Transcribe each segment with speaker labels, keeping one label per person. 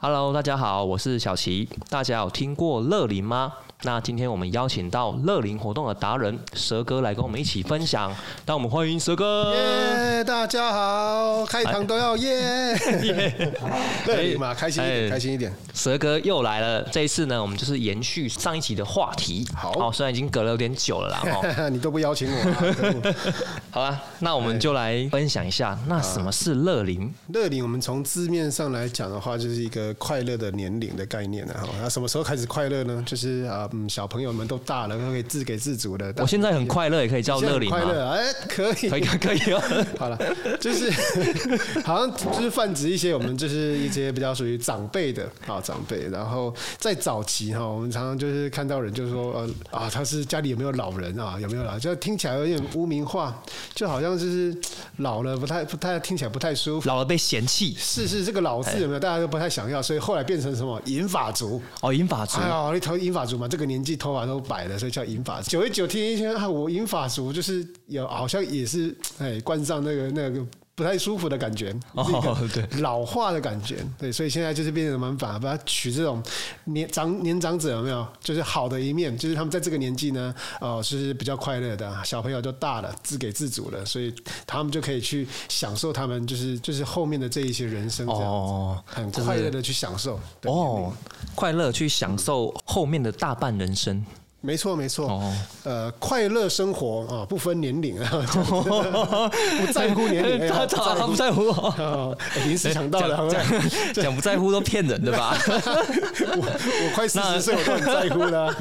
Speaker 1: Hello，大家好，我是小齐。大家有听过乐龄吗？那今天我们邀请到乐龄活动的达人蛇哥来跟我们一起分享，让我们欢迎蛇哥。
Speaker 2: 耶、呃大家好，开堂都 要耶，乐龄嘛，开心一
Speaker 1: 哎
Speaker 2: 点，开心一点。
Speaker 1: 蛇哥又来了，这一次呢，我们就是延续上一集的话题。
Speaker 2: 好
Speaker 1: 哦，虽然已经隔了有点久了啦， 哦，
Speaker 2: 你都不邀请我、啊可恶，
Speaker 1: 好啦，那我们就来分享一下，那什么是乐龄？
Speaker 2: 乐龄我们从字面上来讲的话，就是一个快乐的年龄的概念啊。哈那什么时候开始快乐呢？就是啊、嗯，小朋友们都大了，都可以自给自足了。
Speaker 1: 我现在很快乐，也可以叫
Speaker 2: 现在
Speaker 1: 乐
Speaker 2: 很
Speaker 1: 龄吗
Speaker 2: 快？乐，哎、可以，
Speaker 1: 可以，可以 哦。
Speaker 2: 好了，就是 好像就是泛指一些我们就是一些比较属于长辈的啊长辈，然后在早期哈，我们常常就是看到人就说呃啊他是家里有没有老人啊有没有老，就听起来有点污名化，就好像就是老了不太不太听起来不太舒服。
Speaker 1: 老了被嫌弃
Speaker 2: 是是，这个老字有没有？大家都不太想要，所以后来变成什么银发族？
Speaker 1: 哦，银发族
Speaker 2: 哎呀，你头银发族嘛，这个年纪头发都白了，所以叫银发族。久一久听一听啊，我银发族就是有好像也是哎，冠上那个那个不太舒服的感觉，
Speaker 1: 哦，对，
Speaker 2: 老化的感觉。对，所以现在就是变得蛮反，把它取这种年长年长者有没有？就是好的一面，就是他们在这个年纪呢，呃，是比较快乐的，啊小朋友就大了，自给自足了，所以他们就可以去享受他们就是就是后面的这一些人生，这样、
Speaker 1: 哦，
Speaker 2: 很
Speaker 1: 就是
Speaker 2: 快乐的去享受。对
Speaker 1: 哦，快乐去享受后面的大半人生
Speaker 2: 没错，没错。
Speaker 1: 哦，
Speaker 2: 呃，快乐生活啊，不分年龄 啊， 不在乎年龄，哎呀不在
Speaker 1: 他不
Speaker 2: 乎。
Speaker 1: 在乎 哦。
Speaker 2: 哦，哎临时想到的，好吧
Speaker 1: 讲讲讲不在乎都骗人的 吧？
Speaker 2: 我快四
Speaker 1: 那
Speaker 2: 十岁，我都很在乎了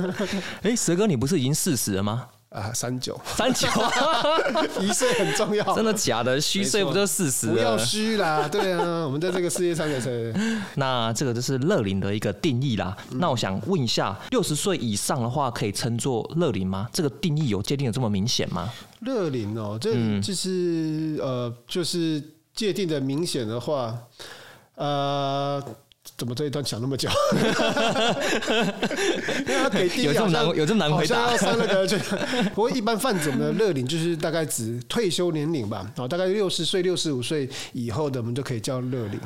Speaker 1: 哎，蛇哥，你不是已经四十了吗？
Speaker 2: 啊，三九
Speaker 1: 三九 啊，
Speaker 2: 一岁很重要，
Speaker 1: 真的啊假的？虚岁
Speaker 2: 没错
Speaker 1: 不就四十
Speaker 2: 不要
Speaker 1: 了？
Speaker 2: 虚啦，对啊，我们在这个世界上也是
Speaker 1: 那这个就是乐龄的一个定义啦。
Speaker 2: 嗯
Speaker 1: 那我想问一下，六十岁以上的话，可以称作乐龄吗？这个定义有界定的这么明显 吗？
Speaker 2: 乐龄哦，这
Speaker 1: 嗯
Speaker 2: 就是呃，就是界定的明显的话，呃。怎么这一段讲那么久？ 因为他给定义
Speaker 1: 有这么难
Speaker 2: 好像
Speaker 1: 有这么难回答
Speaker 2: 好像要上那个就，不过一般泛指我们的乐龄就是大概指退休年龄吧，哦，大概六十岁、六十五岁以后的，我们就可以叫乐龄。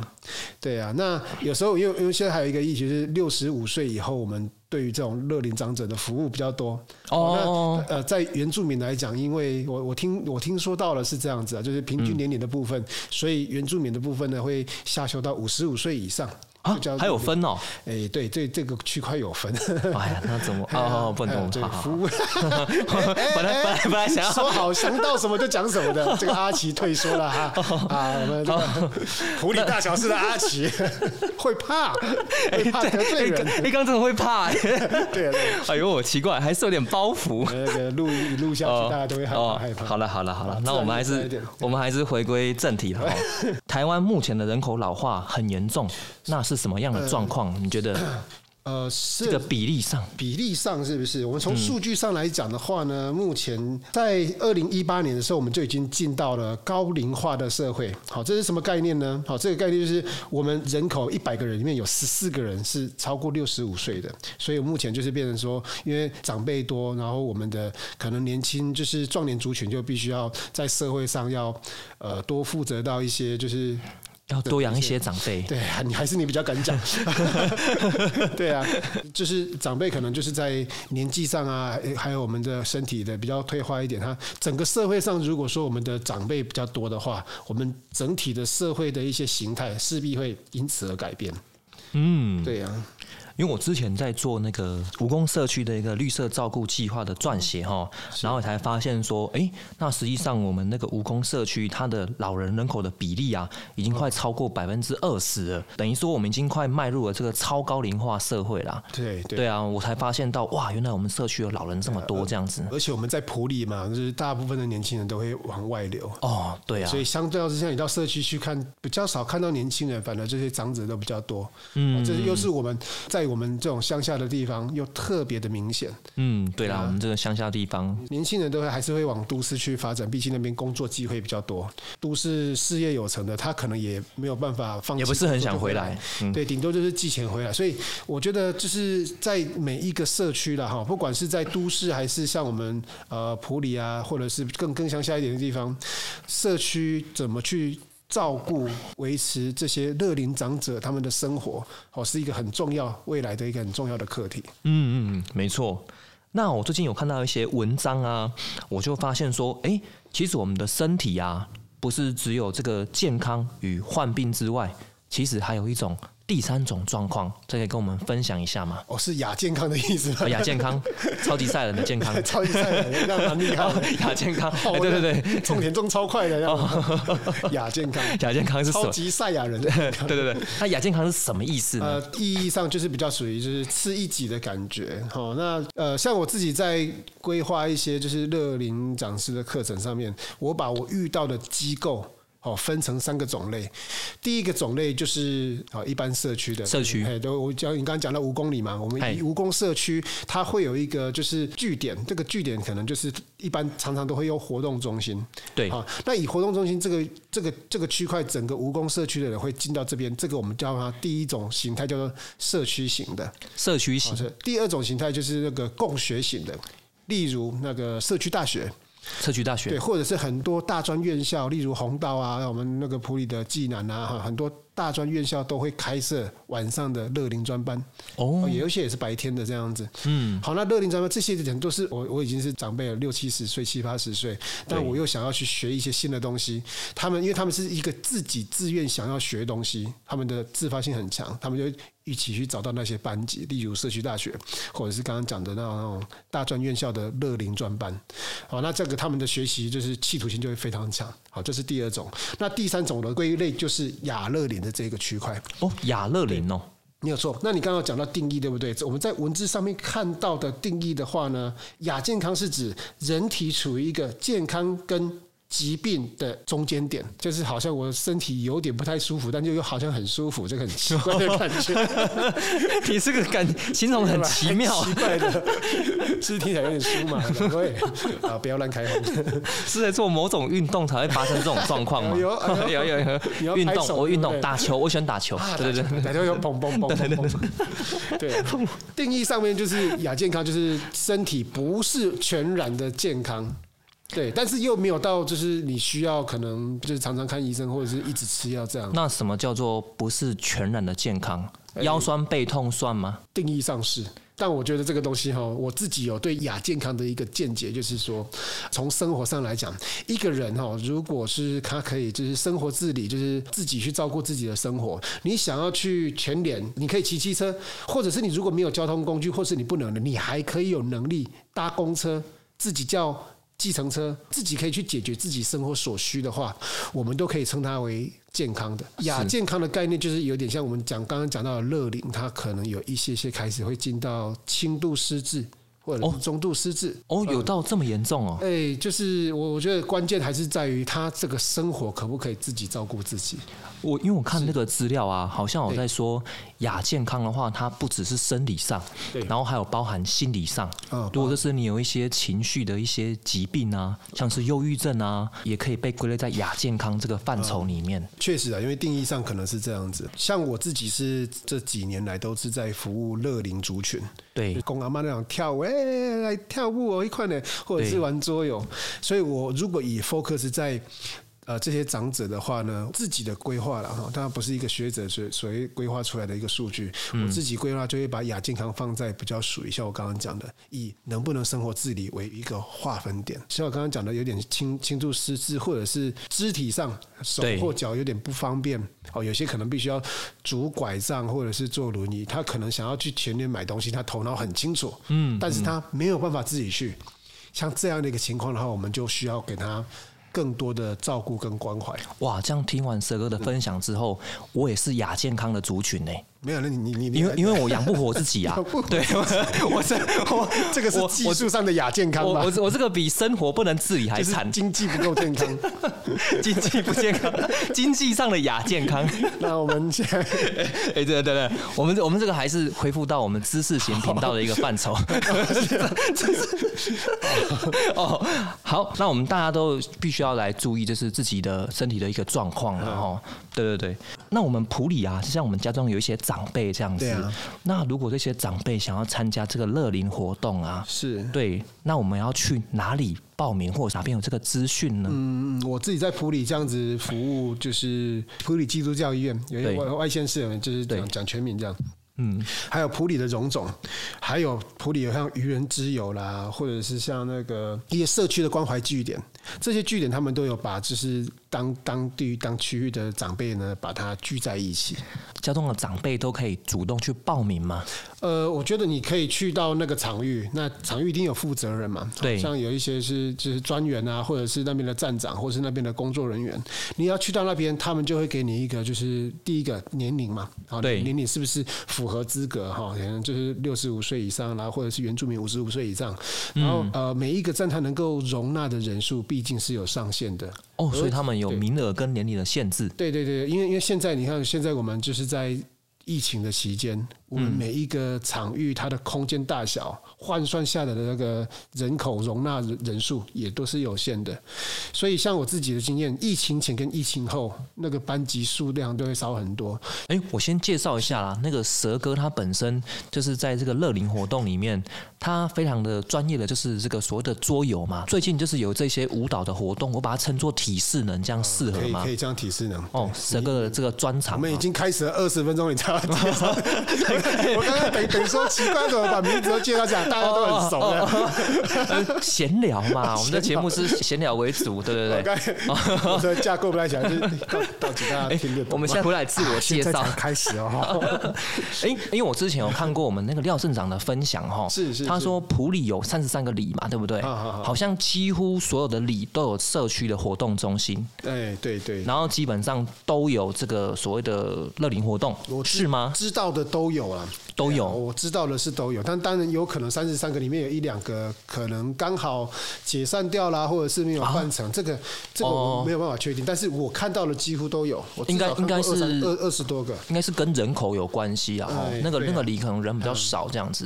Speaker 2: 对啊，那有时候因为因为现在还有一个议题就是六十五岁以后，我们对于这种乐龄长者的服务比较多。
Speaker 1: 哦
Speaker 2: 那呃，在原住民来讲，因为我我听我听说到了是这样子啊，就是平均年龄的部分，
Speaker 1: 嗯
Speaker 2: 所以原住民的部分呢会下修到五十五岁以上。
Speaker 1: 啊
Speaker 2: 就叫，
Speaker 1: 还有分哦。
Speaker 2: 哎、对，这这个区块有分。
Speaker 1: 哎呀，那怎么？哦，不能
Speaker 2: 这
Speaker 1: 动。
Speaker 2: 个
Speaker 1: 好好好
Speaker 2: 服务， 哎
Speaker 1: 本来本来本来想要
Speaker 2: 说好想到什么就讲什 么的，这个阿奇退缩了哈啊，我们这个
Speaker 1: 哦
Speaker 2: 狐狸大小事的阿奇 会怕，会怕得罪人，
Speaker 1: 哎，刚真的会怕、
Speaker 2: 对对，
Speaker 1: 哎呦，我奇怪，还是有点包袱。
Speaker 2: 那个录一录下去， 大家都会害怕害怕。
Speaker 1: 哦好了好了好了
Speaker 2: 啊，
Speaker 1: 那我们还
Speaker 2: 自然一
Speaker 1: 是
Speaker 2: 点
Speaker 1: 我们还是回归正题 了、哦。台湾目前的人口老化很严重，那是什么样的状况？你觉得
Speaker 2: 呃，
Speaker 1: 这
Speaker 2: 是
Speaker 1: 个比例上？
Speaker 2: 比例上是不是？我们从数据上来讲的话呢，目前在二零一八年的时候，我们就已经进到了高龄化的社会。好，这是什么概念呢？好，这个概念就是我们人口一百个人里面有十四个人是超过六十五岁的，所以目前就是变成说，因为长辈多，然后我们的可能年轻就是壮年族群就必须要在社会上要呃多负责到一些就是
Speaker 1: 要多养一些长辈，
Speaker 2: 对啊，你还是你比较敢讲。 对啊，就是长辈可能就是在年纪上啊，诶还有我们的身体的比较退化一点。他整个社会上，如果说我们的长辈比较多的话，我们整体的社会的一些形态势必会因此而改变。嗯，对啊，
Speaker 1: 因为我之前在做那个蜈蚣社区的一个绿色照顾计划的撰写哈，
Speaker 2: 嗯
Speaker 1: 然后才发现说，诶，那实际上我们那个蜈蚣社区它的老人人口的比例啊，已经
Speaker 2: 哦
Speaker 1: 快超过百分之二十了，等于说我们已经快迈入了这个超高龄化社会啦。
Speaker 2: 对对。啊嗯
Speaker 1: 对啊，我才发现到哇，原来我们社区有老人这么多这样子。
Speaker 2: 而且我们在普里嘛，就是大部分的年轻人都会往外流，
Speaker 1: 哦，对啊
Speaker 2: 所，以相对之下，你到社区去看，比较少看到年轻人，反而这些长者都比较多。嗯，这又是我们在我们这种乡下的地方又特别的明显。
Speaker 1: 嗯，对
Speaker 2: 啊
Speaker 1: 啦，我们这个乡下地方，
Speaker 2: 年轻人都会还是会往都市去发展，毕竟那边工作机会比较多。都市事业有成的，他可能也没有办法放弃，
Speaker 1: 也不是很想
Speaker 2: 回
Speaker 1: 回来。嗯
Speaker 2: 对，顶多嗯就是寄钱回来。所以我觉得就是在每一个社区了哈，不管是在都市还是像我们呃普里啊，或者是更更乡下一点的地方，社区怎么去？照顾、维持这些乐龄长者他们的生活，哦，是一个很重要未来的一个很重要的课题。
Speaker 1: 嗯嗯，嗯，没错。那我最近有看到一些文章啊，我就发现说，诶，其实我们的身体啊，不是只有这个健康与患病之外，其实还有一种第三种状况，这可以跟我们分享一下 吗？
Speaker 2: 哦，是亚健康的意思吗？，
Speaker 1: 哎呀，健康，超级赛人的健康
Speaker 2: 超级赛 亚人，那蛮厉 害的。
Speaker 1: 亚健康，
Speaker 2: 哦
Speaker 1: 哎，对对对，，哦
Speaker 2: 重点中超快的，这样亚健康，
Speaker 1: 亚健康是什
Speaker 2: 超
Speaker 1: 么？
Speaker 2: 级赛亚人。
Speaker 1: 对对对，那亚健康是什么意思呢？
Speaker 2: 呃，意义上就是比较属于就是次一级的感觉。好、那呃，像我自己在规划一些就是乐龄讲师的课程上面，我把我遇到的机构。哦，分成三个种类。第一个种类就是啊、哦，一般社区的
Speaker 1: 社区
Speaker 2: 哎，都我讲你刚刚讲到蜈蚣里嘛，我
Speaker 1: 哎
Speaker 2: 们以蜈蚣社区，它会有一个就是据点，这个据点可能就是一般常常都会用活动中心，
Speaker 1: 对，
Speaker 2: 好，那以活动中心这个这个这个区块，整个蜈蚣社区的人会进到这边，这个我们叫它第一种形态叫做社区型的，
Speaker 1: 社区型
Speaker 2: 好是第二种形态就是那个共学型的，例如那个社区大学，
Speaker 1: 社区大
Speaker 2: 对，
Speaker 1: 学，
Speaker 2: 或者是很多大专院校，例如红道啊，我们那个普里的暨南啊，哈很多大专院校都会开设晚上的乐龄专班，
Speaker 1: 哦
Speaker 2: 哦，，有一些也是白天的这样子。
Speaker 1: 嗯，
Speaker 2: 好，那乐龄专班这些人都是我，我已经是长辈了，六七十岁、七八十岁，但
Speaker 1: 对
Speaker 2: 我又想要去学一些新的东西。他们因为他们是一个自己自愿想要学东西，他们的自发性很强，他们就一起去找到那些班级，例如社区大学，或者是刚刚讲的那种那种大专院校的乐龄专班。好，那这个他们的学习就是企图心就会非常强。好，这是第二种。那第三种的归类就是亚乐龄的这个区块。
Speaker 1: 哦，亚乐林哦，
Speaker 2: 没有错，那你刚刚讲到定义，对不对？我们在文字上面看到的定义的话呢，亚健康是指人体处于一个健康跟疾病的中间点，就是好像我身体有点不太舒服，但就又好像很舒服，这个很奇怪的感 觉，
Speaker 1: 你这个感形容很奇妙
Speaker 2: ，奇怪的，是不是听起来有点舒 嘛？对，啊，不要乱开 红。
Speaker 1: 是在做某种运动才会发生这种状况吗？
Speaker 2: 有 哎呦
Speaker 1: 有有
Speaker 2: 你
Speaker 1: 有
Speaker 2: 要
Speaker 1: 运
Speaker 2: 拍
Speaker 1: 动，
Speaker 2: 手
Speaker 1: 我运
Speaker 2: 对不
Speaker 1: 动
Speaker 2: 对
Speaker 1: 打球，我喜欢打球，
Speaker 2: 啊
Speaker 1: 对对对。
Speaker 2: 对，就有砰砰砰砰砰。对，定义上面就是亚健康，就是身体不是全然的健康。对，但是又没有到就是你需要可能就是常常看医生或者是一直吃药这样，
Speaker 1: 那什么叫做不是全然的健康？
Speaker 2: 哎
Speaker 1: 腰酸背痛算吗？
Speaker 2: 定义上是。但我觉得这个东西哈，我自己有对亚健康的一个见解，就是说，从生活上来讲，一个人哈，如果是他可以就是生活自理，就是自己去照顾自己的生活，你想要去全联，你可以骑机车，或者是你如果没有交通工具，或是你不能的，你还可以有能力搭公车，自己叫计程车，自己可以去解决自己生活所需的话，我们都可以称它为健康的。亚健康的概念就是有点像我们讲刚刚讲到的乐龄，它可能有一些些开始会进到轻度失智或者是中度失智。
Speaker 1: 哦，有到这么严重哦？
Speaker 2: 哎、就是我我觉得关键还是在于他这个生活可不可以自己照顾自己。
Speaker 1: 我因为我看那个资料啊，好像有在说亚健康的话，它不只是生理上
Speaker 2: 对，
Speaker 1: 然后还有包含心理上
Speaker 2: 嗯。
Speaker 1: 如果就是你有一些情绪的一些疾病啊，像是忧郁症啊，也可以被归类在亚健康这个范畴里面。
Speaker 2: 确实啊，因为定义上可能是这样子。像我自己是这几年来都是在服务乐龄族群，就
Speaker 1: 对，
Speaker 2: 公阿妈那种跳舞，哎、来跳舞哦，一块呢，或者是
Speaker 1: 对
Speaker 2: 玩桌游。所以我如果以 focus 在呃这些长者的话呢，自己的规划了哈，当然不是一个学者所所谓规划出来的一个数据，我自己规划就会把亚健康放在比较属于像我刚刚讲的，以能不能生活自理为一个划分点。像我刚刚讲的，有点轻轻度失智，或者是肢体上手
Speaker 1: 对
Speaker 2: 或脚有点不方便哦，有些可能必须要拄拐杖或者是坐轮椅，他可能想要去全年买东西，他头脑很清楚，嗯，但是他没有办法自己去。像这样的一个情况的话，我们就需要给他更多的照顾跟关怀。嗯
Speaker 1: 哇，这样听完蛇哥的分享之后，我也是亚健康的族群呢、
Speaker 2: 没有，那你你你，你
Speaker 1: 因为因 为我养不活自己啊
Speaker 2: 养不活，
Speaker 1: 对，我我这我
Speaker 2: 这个是
Speaker 1: 我
Speaker 2: 技术上的亚健康
Speaker 1: 我
Speaker 2: 吧？
Speaker 1: 我我这个比生活不能自理还
Speaker 2: 就是
Speaker 1: 惨，
Speaker 2: 经济不够 健康。
Speaker 1: 经济不健康，经济上的亚健康。
Speaker 2: 那我们现 在
Speaker 1: 哎、对对对，我们我们这个还是恢复到我们知识型频道的一个范畴。 这是哦，好，那我们大家都必须要来注意，就是自己的身体的一个状况了哈。对对对，那我们普里啊，就像我们家中有一些长辈这样子，
Speaker 2: 对啊
Speaker 1: 那如果这些长辈想要参加这个乐龄活动啊，
Speaker 2: 是
Speaker 1: 对，那我们要去哪里报名，或者哪边有这个资讯呢？
Speaker 2: 嗯，我自己在普里这样子服务，就是普里基督教医院有一个
Speaker 1: 对
Speaker 2: 外外县市有人就是讲
Speaker 1: 对
Speaker 2: 讲全名这样，
Speaker 1: 嗯，
Speaker 2: 还有普里的荣总，还有普里有像愚人之友啦，或者是像那个一些社区的关怀据点，这些据点他们都有把就是当当地当区域的长辈呢，把它聚在一起。
Speaker 1: 家中的长辈都可以主动去报名吗？
Speaker 2: 呃，我觉得你可以去到那个场域，那场域一定有负责人嘛，
Speaker 1: 对
Speaker 2: 像有一些是就是专员啊，或者是那边的站长，或者是那边的工作人员，你要去到那边，他们就会给你一个就是第一个年龄嘛，好，
Speaker 1: 对
Speaker 2: 年龄是不是符合资格哈？可能就是六十五岁以上啦，或者是原住民五十五岁以上，然
Speaker 1: 嗯
Speaker 2: 后、呃，每一个站它能够容纳的人数毕竟是有上限的，
Speaker 1: 哦，所以他们有
Speaker 2: 对
Speaker 1: 名额跟年龄的限制。
Speaker 2: 对对对，因为因为现在你看，现在我们就是在疫情的期间，我
Speaker 1: 嗯
Speaker 2: 们每一个场域它的空间大小换算下来的那个人口容纳人人数也都是有限的，所以像我自己的经验，疫情前跟疫情后那个班级数量都会少很多。
Speaker 1: 哎、我先介绍一下啦，那个蛇哥他本身就是在这个乐龄活动里面，他非常的专业的，就是这个所谓的桌游嘛。最近就是有这些舞蹈的活动，我把它称作体适能，这样适合
Speaker 2: 可以
Speaker 1: 吗啊
Speaker 2: 可？以这样提示呢。
Speaker 1: 哦，蛇哥的这个专
Speaker 2: 我
Speaker 1: 长
Speaker 2: 们已
Speaker 1: 嘛。
Speaker 2: 经开始了二十分钟，你才要介绍。我刚刚等等说奇怪，怎么把名字都介绍讲，大家都很熟
Speaker 1: 哦
Speaker 2: 的。
Speaker 1: 呃闲聊嘛，我们的节目是闲聊为主，对对
Speaker 2: 我
Speaker 1: 对。
Speaker 2: 刚才我的架构不太起来，就是到到底大家听得懂吗。
Speaker 1: 哎我们现在回来自我介绍
Speaker 2: 啊现在才开始 哦。
Speaker 1: 哎、因为我之前有看过我们那个廖镇长的分享哈，
Speaker 2: 是是
Speaker 1: 他说普里有三十三个里嘛，对不对？
Speaker 2: 啊啊啊
Speaker 1: 好像几乎所有的里都有社区的活动中心，
Speaker 2: 哎，对对，
Speaker 1: 然后基本上都有这个所谓的乐龄活动，
Speaker 2: 我知
Speaker 1: 是吗？
Speaker 2: 知道的都有啊，
Speaker 1: 都有
Speaker 2: 对啊我知道的是都有，但当然有可能三十三个里面有一两个可能刚好解散掉啦，或者是没有办成，这个这个
Speaker 1: 啊哦
Speaker 2: 我没有办法确定，但是我看到的几乎都有，我至
Speaker 1: 应该
Speaker 2: 少看
Speaker 1: 应该是
Speaker 2: 过二三二二十多个。
Speaker 1: 应该是跟人口有关系啊，哦
Speaker 2: 哎，
Speaker 1: 那个
Speaker 2: 对啊嗯
Speaker 1: 那个里可能人比较少这样子。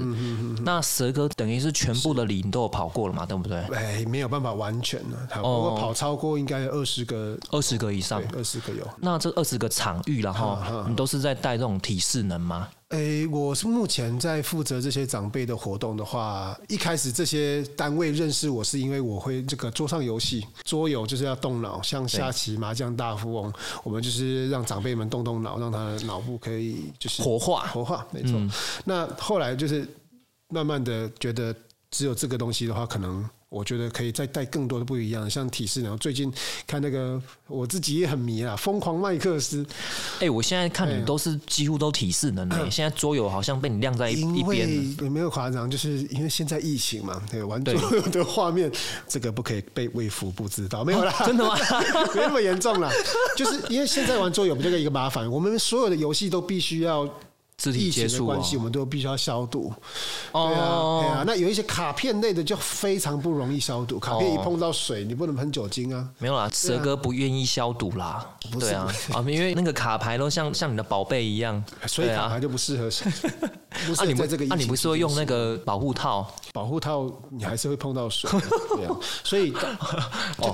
Speaker 1: 那蛇哥等于是全部的里你都有跑过了嘛，对不对？
Speaker 2: 哎，没有办法完全了、啊，不
Speaker 1: 哦
Speaker 2: 过跑超过应该有二十个，
Speaker 1: 二十个以上
Speaker 2: 对，，二十个有。
Speaker 1: 那这二十个场域然后
Speaker 2: 嗯嗯
Speaker 1: 你都是在带这种体适能吗？
Speaker 2: 诶，我是目前在负责这些长辈的活动的话，一开始这些单位认识我是因为我会这个桌上游戏，桌游就是要动脑，像下棋、麻将、大富翁，我们就是让长辈们动动脑，让他的脑部可以就是
Speaker 1: 活化，
Speaker 2: 活化，没错。那后来就是慢慢的觉得，只有这个东西的话，可能我觉得可以再带更多的不一样，像体式。然后最近看那个我自己也很迷啦，《疯狂麦克斯》。
Speaker 1: 哎、我现在看你都是几乎都体适能了、 现在桌游好像被你晾在一一
Speaker 2: 因为
Speaker 1: 边了。
Speaker 2: 也没有夸张，就是因为现在疫情嘛，对，玩桌游的画面，这个不可以被卫福部知道，没有啦，
Speaker 1: 哦真的吗？
Speaker 2: 没那么严重啦，就是因为现在玩桌游这个一个麻烦，我们所有的游戏都必须要。
Speaker 1: 肢体
Speaker 2: 疫
Speaker 1: 接
Speaker 2: 情的
Speaker 1: 触哦
Speaker 2: 关系，我们都必须要消毒。对啊，对啊
Speaker 1: 哦，。
Speaker 2: 那有一些卡片类的就非常不容易消毒，卡
Speaker 1: 哦
Speaker 2: 片一碰到水，你不能喷酒精啊。
Speaker 1: 没有啦，蛇哥不愿意消毒啦，
Speaker 2: 是哎
Speaker 1: 对啊，啊，因为那个卡牌都像像你的宝贝一样，
Speaker 2: 所以
Speaker 1: 对
Speaker 2: 卡
Speaker 1: 啊
Speaker 2: 牌，就 不适合，不
Speaker 1: 啊
Speaker 2: 适
Speaker 1: 你不
Speaker 2: 合在这个疫
Speaker 1: 啊
Speaker 2: 情
Speaker 1: 你不是
Speaker 2: 期
Speaker 1: 会
Speaker 2: 间
Speaker 1: 用
Speaker 2: 使
Speaker 1: 那个保护套？
Speaker 2: 保护套你还是会碰到水 的，对啊，所以就只
Speaker 1: 哦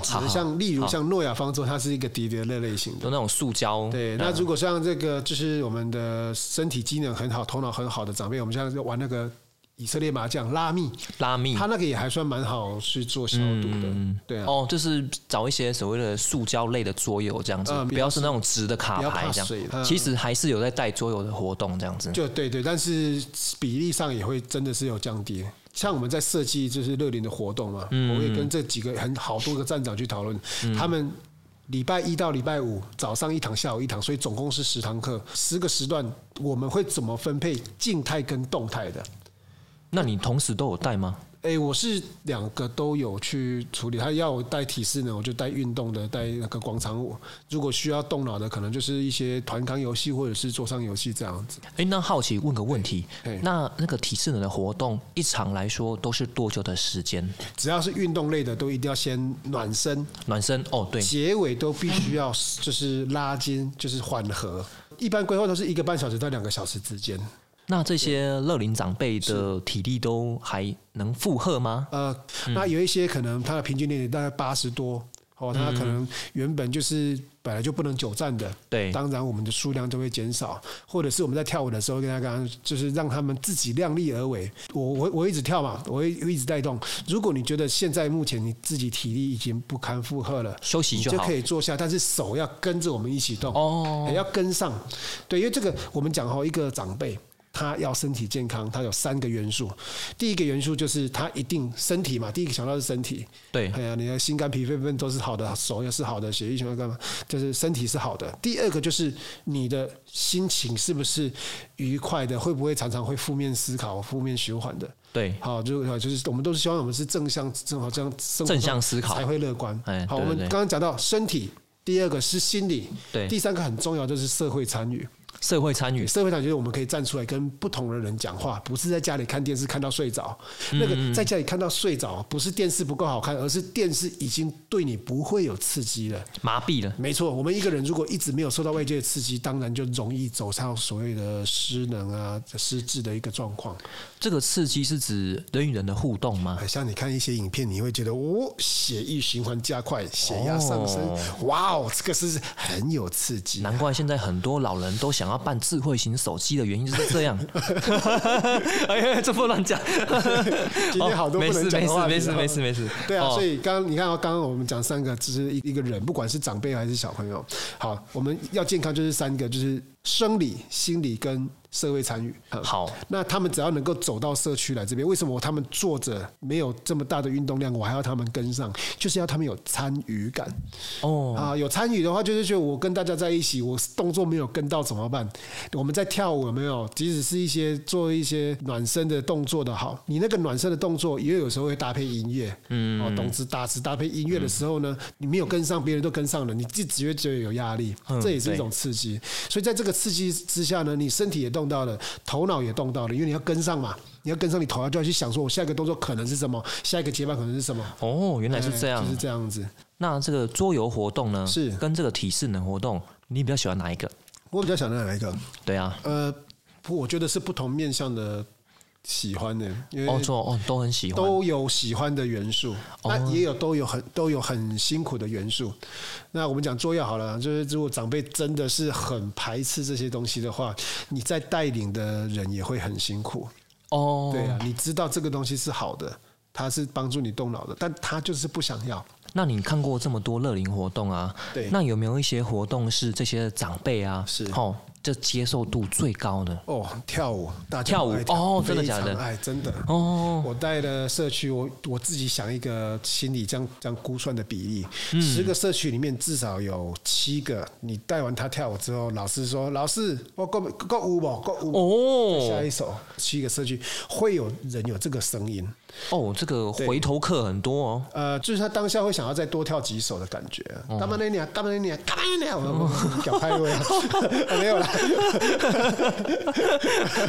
Speaker 1: 好好
Speaker 2: 能像例如像诺亚方舟，它是一个敌敌类类型的。
Speaker 1: 有那种塑胶，
Speaker 2: 对，那如果像这个就是我们的身体机能很好、头脑很好的长辈，我们现在就玩那个以色列麻将拉密，
Speaker 1: 拉密
Speaker 2: 它那个也还算蛮好去做消毒的，对啊。
Speaker 1: 哦，就是找一些所谓的塑胶类的桌游这样子，
Speaker 2: 嗯
Speaker 1: 不要是那种直的卡
Speaker 2: 比较
Speaker 1: 牌
Speaker 2: 怕
Speaker 1: 这
Speaker 2: 水
Speaker 1: 样。
Speaker 2: 的
Speaker 1: 其实还是有在带桌游的活动这样子。
Speaker 2: 就对对，但是比例上也会真的是有降低。像我们在设计就是乐龄的活动嘛，我也跟这几个很好多个站长去讨论，他们礼拜一到礼拜五早上一堂，下午一堂，所以总共是十堂课，十个时段，我们会怎么分配静态跟动态的？
Speaker 1: 那你同时都有带吗？
Speaker 2: 哎、我是两个都有去处理。他要我带体适能，我就带运动的，带那个广场舞。如果需要动脑的，可能就是一些团康游戏或者是桌上游戏这样子。
Speaker 1: 哎、那好奇问个问题
Speaker 2: 嘿嘿，
Speaker 1: 那那个体适能的活动一场来说都是多久的时间？
Speaker 2: 只要是运动类的，都一定要先暖身，
Speaker 1: 暖身哦，对，
Speaker 2: 结尾都必须要嗯就是拉筋，就是缓和。一般规划都是一个半小时到两个小时之间。
Speaker 1: 那这些乐龄长辈的体力都还能负荷吗？
Speaker 2: 呃，
Speaker 1: 嗯
Speaker 2: 那有一些可能他的平均年龄大概八十多，哦，他可能原本就是本来就不能久站的，
Speaker 1: 对，
Speaker 2: 当然我们的数量就会减少，或者是我们在跳舞的时候跟他刚就是让他们自己量力而为。我我我一直跳嘛，我一我一直带动。如果你觉得现在目前你自己体力已经不堪负荷了，
Speaker 1: 休息
Speaker 2: 你
Speaker 1: 就
Speaker 2: 就
Speaker 1: 好
Speaker 2: 可。以坐下，但是手要跟着我们一起动。
Speaker 1: 哦
Speaker 2: 也，要跟上。对，因为这个我们讲哈，一个长辈他要身体健康，他有三个元素。第一个元素就是他一定身体嘛，第一个想到是身体。
Speaker 1: 对，
Speaker 2: 哎呀，你的心肝脾肺肾都是好的，手也是好的，血液循环干嘛，就是身体是好的。第二个就是你的心情是不是愉快的，会不会常常会负面思考、负面循环的？
Speaker 1: 对，
Speaker 2: 好，就就是我们都是希望我们是正向，正好这样生活
Speaker 1: 正向思考
Speaker 2: 才会乐观。
Speaker 1: 哎
Speaker 2: 好，
Speaker 1: 对对
Speaker 2: 我们
Speaker 1: 对
Speaker 2: 刚刚讲到身体，第二个是心理，
Speaker 1: 对
Speaker 2: 第三个很重要就是社会参与。
Speaker 1: 社会参与，
Speaker 2: 社会上就是我们可以站出来跟不同的人讲话，不是在家里看电视看到睡着。
Speaker 1: 嗯
Speaker 2: 那个在家里看到睡着，不是电视不够好看，而是电视已经对你不会有刺激了。
Speaker 1: 麻痹了。
Speaker 2: 没错，我们一个人如果一直没有受到外界的刺激，当然就容易走上所谓的失能啊、失智的一个状况。
Speaker 1: 这个刺激是指人与人的互动吗？
Speaker 2: 哎像你看一些影片，你会觉得哦，血液循环加快，血压上升，哇哦，这个是很有刺激。
Speaker 1: 难怪现在很多老人都想要办智慧型手机的原因就是这样。 哎呀，这不能讲。哦
Speaker 2: 今天好多不能 讲的话
Speaker 1: 没事
Speaker 2: 题啊
Speaker 1: 没事没事没事。
Speaker 2: 对啊，
Speaker 1: 哦
Speaker 2: 所以刚刚你看到刚刚我们讲三个，只是一一个人，不管是长辈还是小朋友，好，我们要健康就是三个，就是生理、心理跟社会参与。好
Speaker 1: 好，
Speaker 2: 那他们只要能够走到社区来这边，为什么他们坐着没有这么大的运动量，我还要他们跟上？就是要他们有参与感
Speaker 1: 哦，
Speaker 2: 啊！有参与的话，就是觉得我跟大家在一起，我动作没有跟到怎么办？我们在跳舞有没有？即使是一些做一些暖身的动作的好，你那个暖身的动作也有时候会搭配音乐，嗯，哦，动词打词搭配音乐的时候
Speaker 1: 嗯
Speaker 2: 呢，你没有跟上，别人都跟上了，你自己会觉得有压力，
Speaker 1: 嗯
Speaker 2: 这也是一种刺激。所以在这个刺激之下呢，你身体也动到了，头脑也动到了，因为你要跟上嘛，你要跟上，你头脑就要去想说，我下一个动作可能是什么，下一个节拍可能是什么。哎
Speaker 1: 哦，原来是这样
Speaker 2: 就。是这样子。
Speaker 1: 那这个桌游活动呢，
Speaker 2: 是
Speaker 1: 跟这个体适能活动，你比较喜欢哪一个？
Speaker 2: 我比较想到哪一个？
Speaker 1: 对啊，
Speaker 2: 呃，不我觉得是不同面向的喜欢呢、因为
Speaker 1: 哦，做哦都很喜欢。
Speaker 2: 都有喜欢的元素，那也有都有很都有很辛苦的元素。那我们讲做药好了，就是如果长辈真的是很排斥这些东西的话，你在带领的人也会很辛苦。
Speaker 1: 哦，
Speaker 2: 对啊，你知道这个东西是好的，它是帮助你动脑的，但他就是不想要。
Speaker 1: 那你看过这么多乐龄活动啊？
Speaker 2: 对
Speaker 1: 那有没有一些活动是这些长辈啊，
Speaker 2: 是
Speaker 1: 哦，这接受度最高的？
Speaker 2: 哦，跳舞，大家
Speaker 1: 跳舞
Speaker 2: 爱
Speaker 1: 哦真的假的
Speaker 2: 非常爱真的。
Speaker 1: 哦，
Speaker 2: 我带了社区，我我自己想一个心理这样这样估算的比例，十、个社区里面至少有七个，你带完他跳舞之后，老师说老师我够不够舞不够舞，下
Speaker 1: 哦
Speaker 2: 一首七个社区会有人有这个声音，
Speaker 1: 哦，这个回头客很多哦。
Speaker 2: 呃，就是他当下会想要再多跳几首的感觉。大曼那年，大曼那年，大曼那年，我搞拍位啊，没有啦，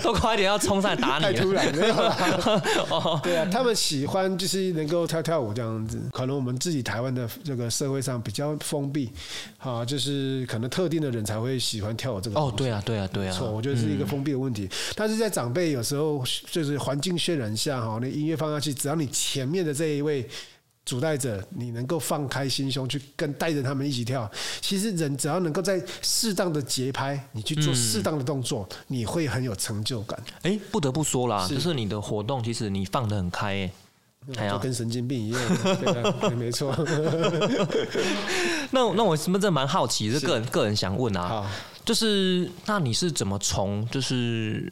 Speaker 1: 都快点要冲上来打
Speaker 2: 太
Speaker 1: 你
Speaker 2: 突
Speaker 1: 了。
Speaker 2: 然没有啦。
Speaker 1: 哦，
Speaker 2: 对啊，他们喜欢就是能够跳跳舞这样子。可能我们自己台湾的这个社会上比较封闭，啊，就是可能特定的人才会喜欢跳舞这个。
Speaker 1: 哦，对啊，对啊，对啊，
Speaker 2: 错，我觉得是一个封闭的问题。但是在长辈有时候就是环境渲染下哈，那音乐放下去，只要你前面的这一位。主带者，你能够放开心胸去跟带着他们一起跳。其实人只要能够在适当的节拍，你去做适当的动作，你会很有成就感。
Speaker 1: 哎，不得不说啦，就是你的活动，其实你放得很开哎。哎
Speaker 2: 就
Speaker 1: 呀，
Speaker 2: 跟神经病一样，对啊，对没错。
Speaker 1: 那我那我是不是真的蛮好奇，这个人个人想问啊，
Speaker 2: 好，
Speaker 1: 就是那你是怎么从就是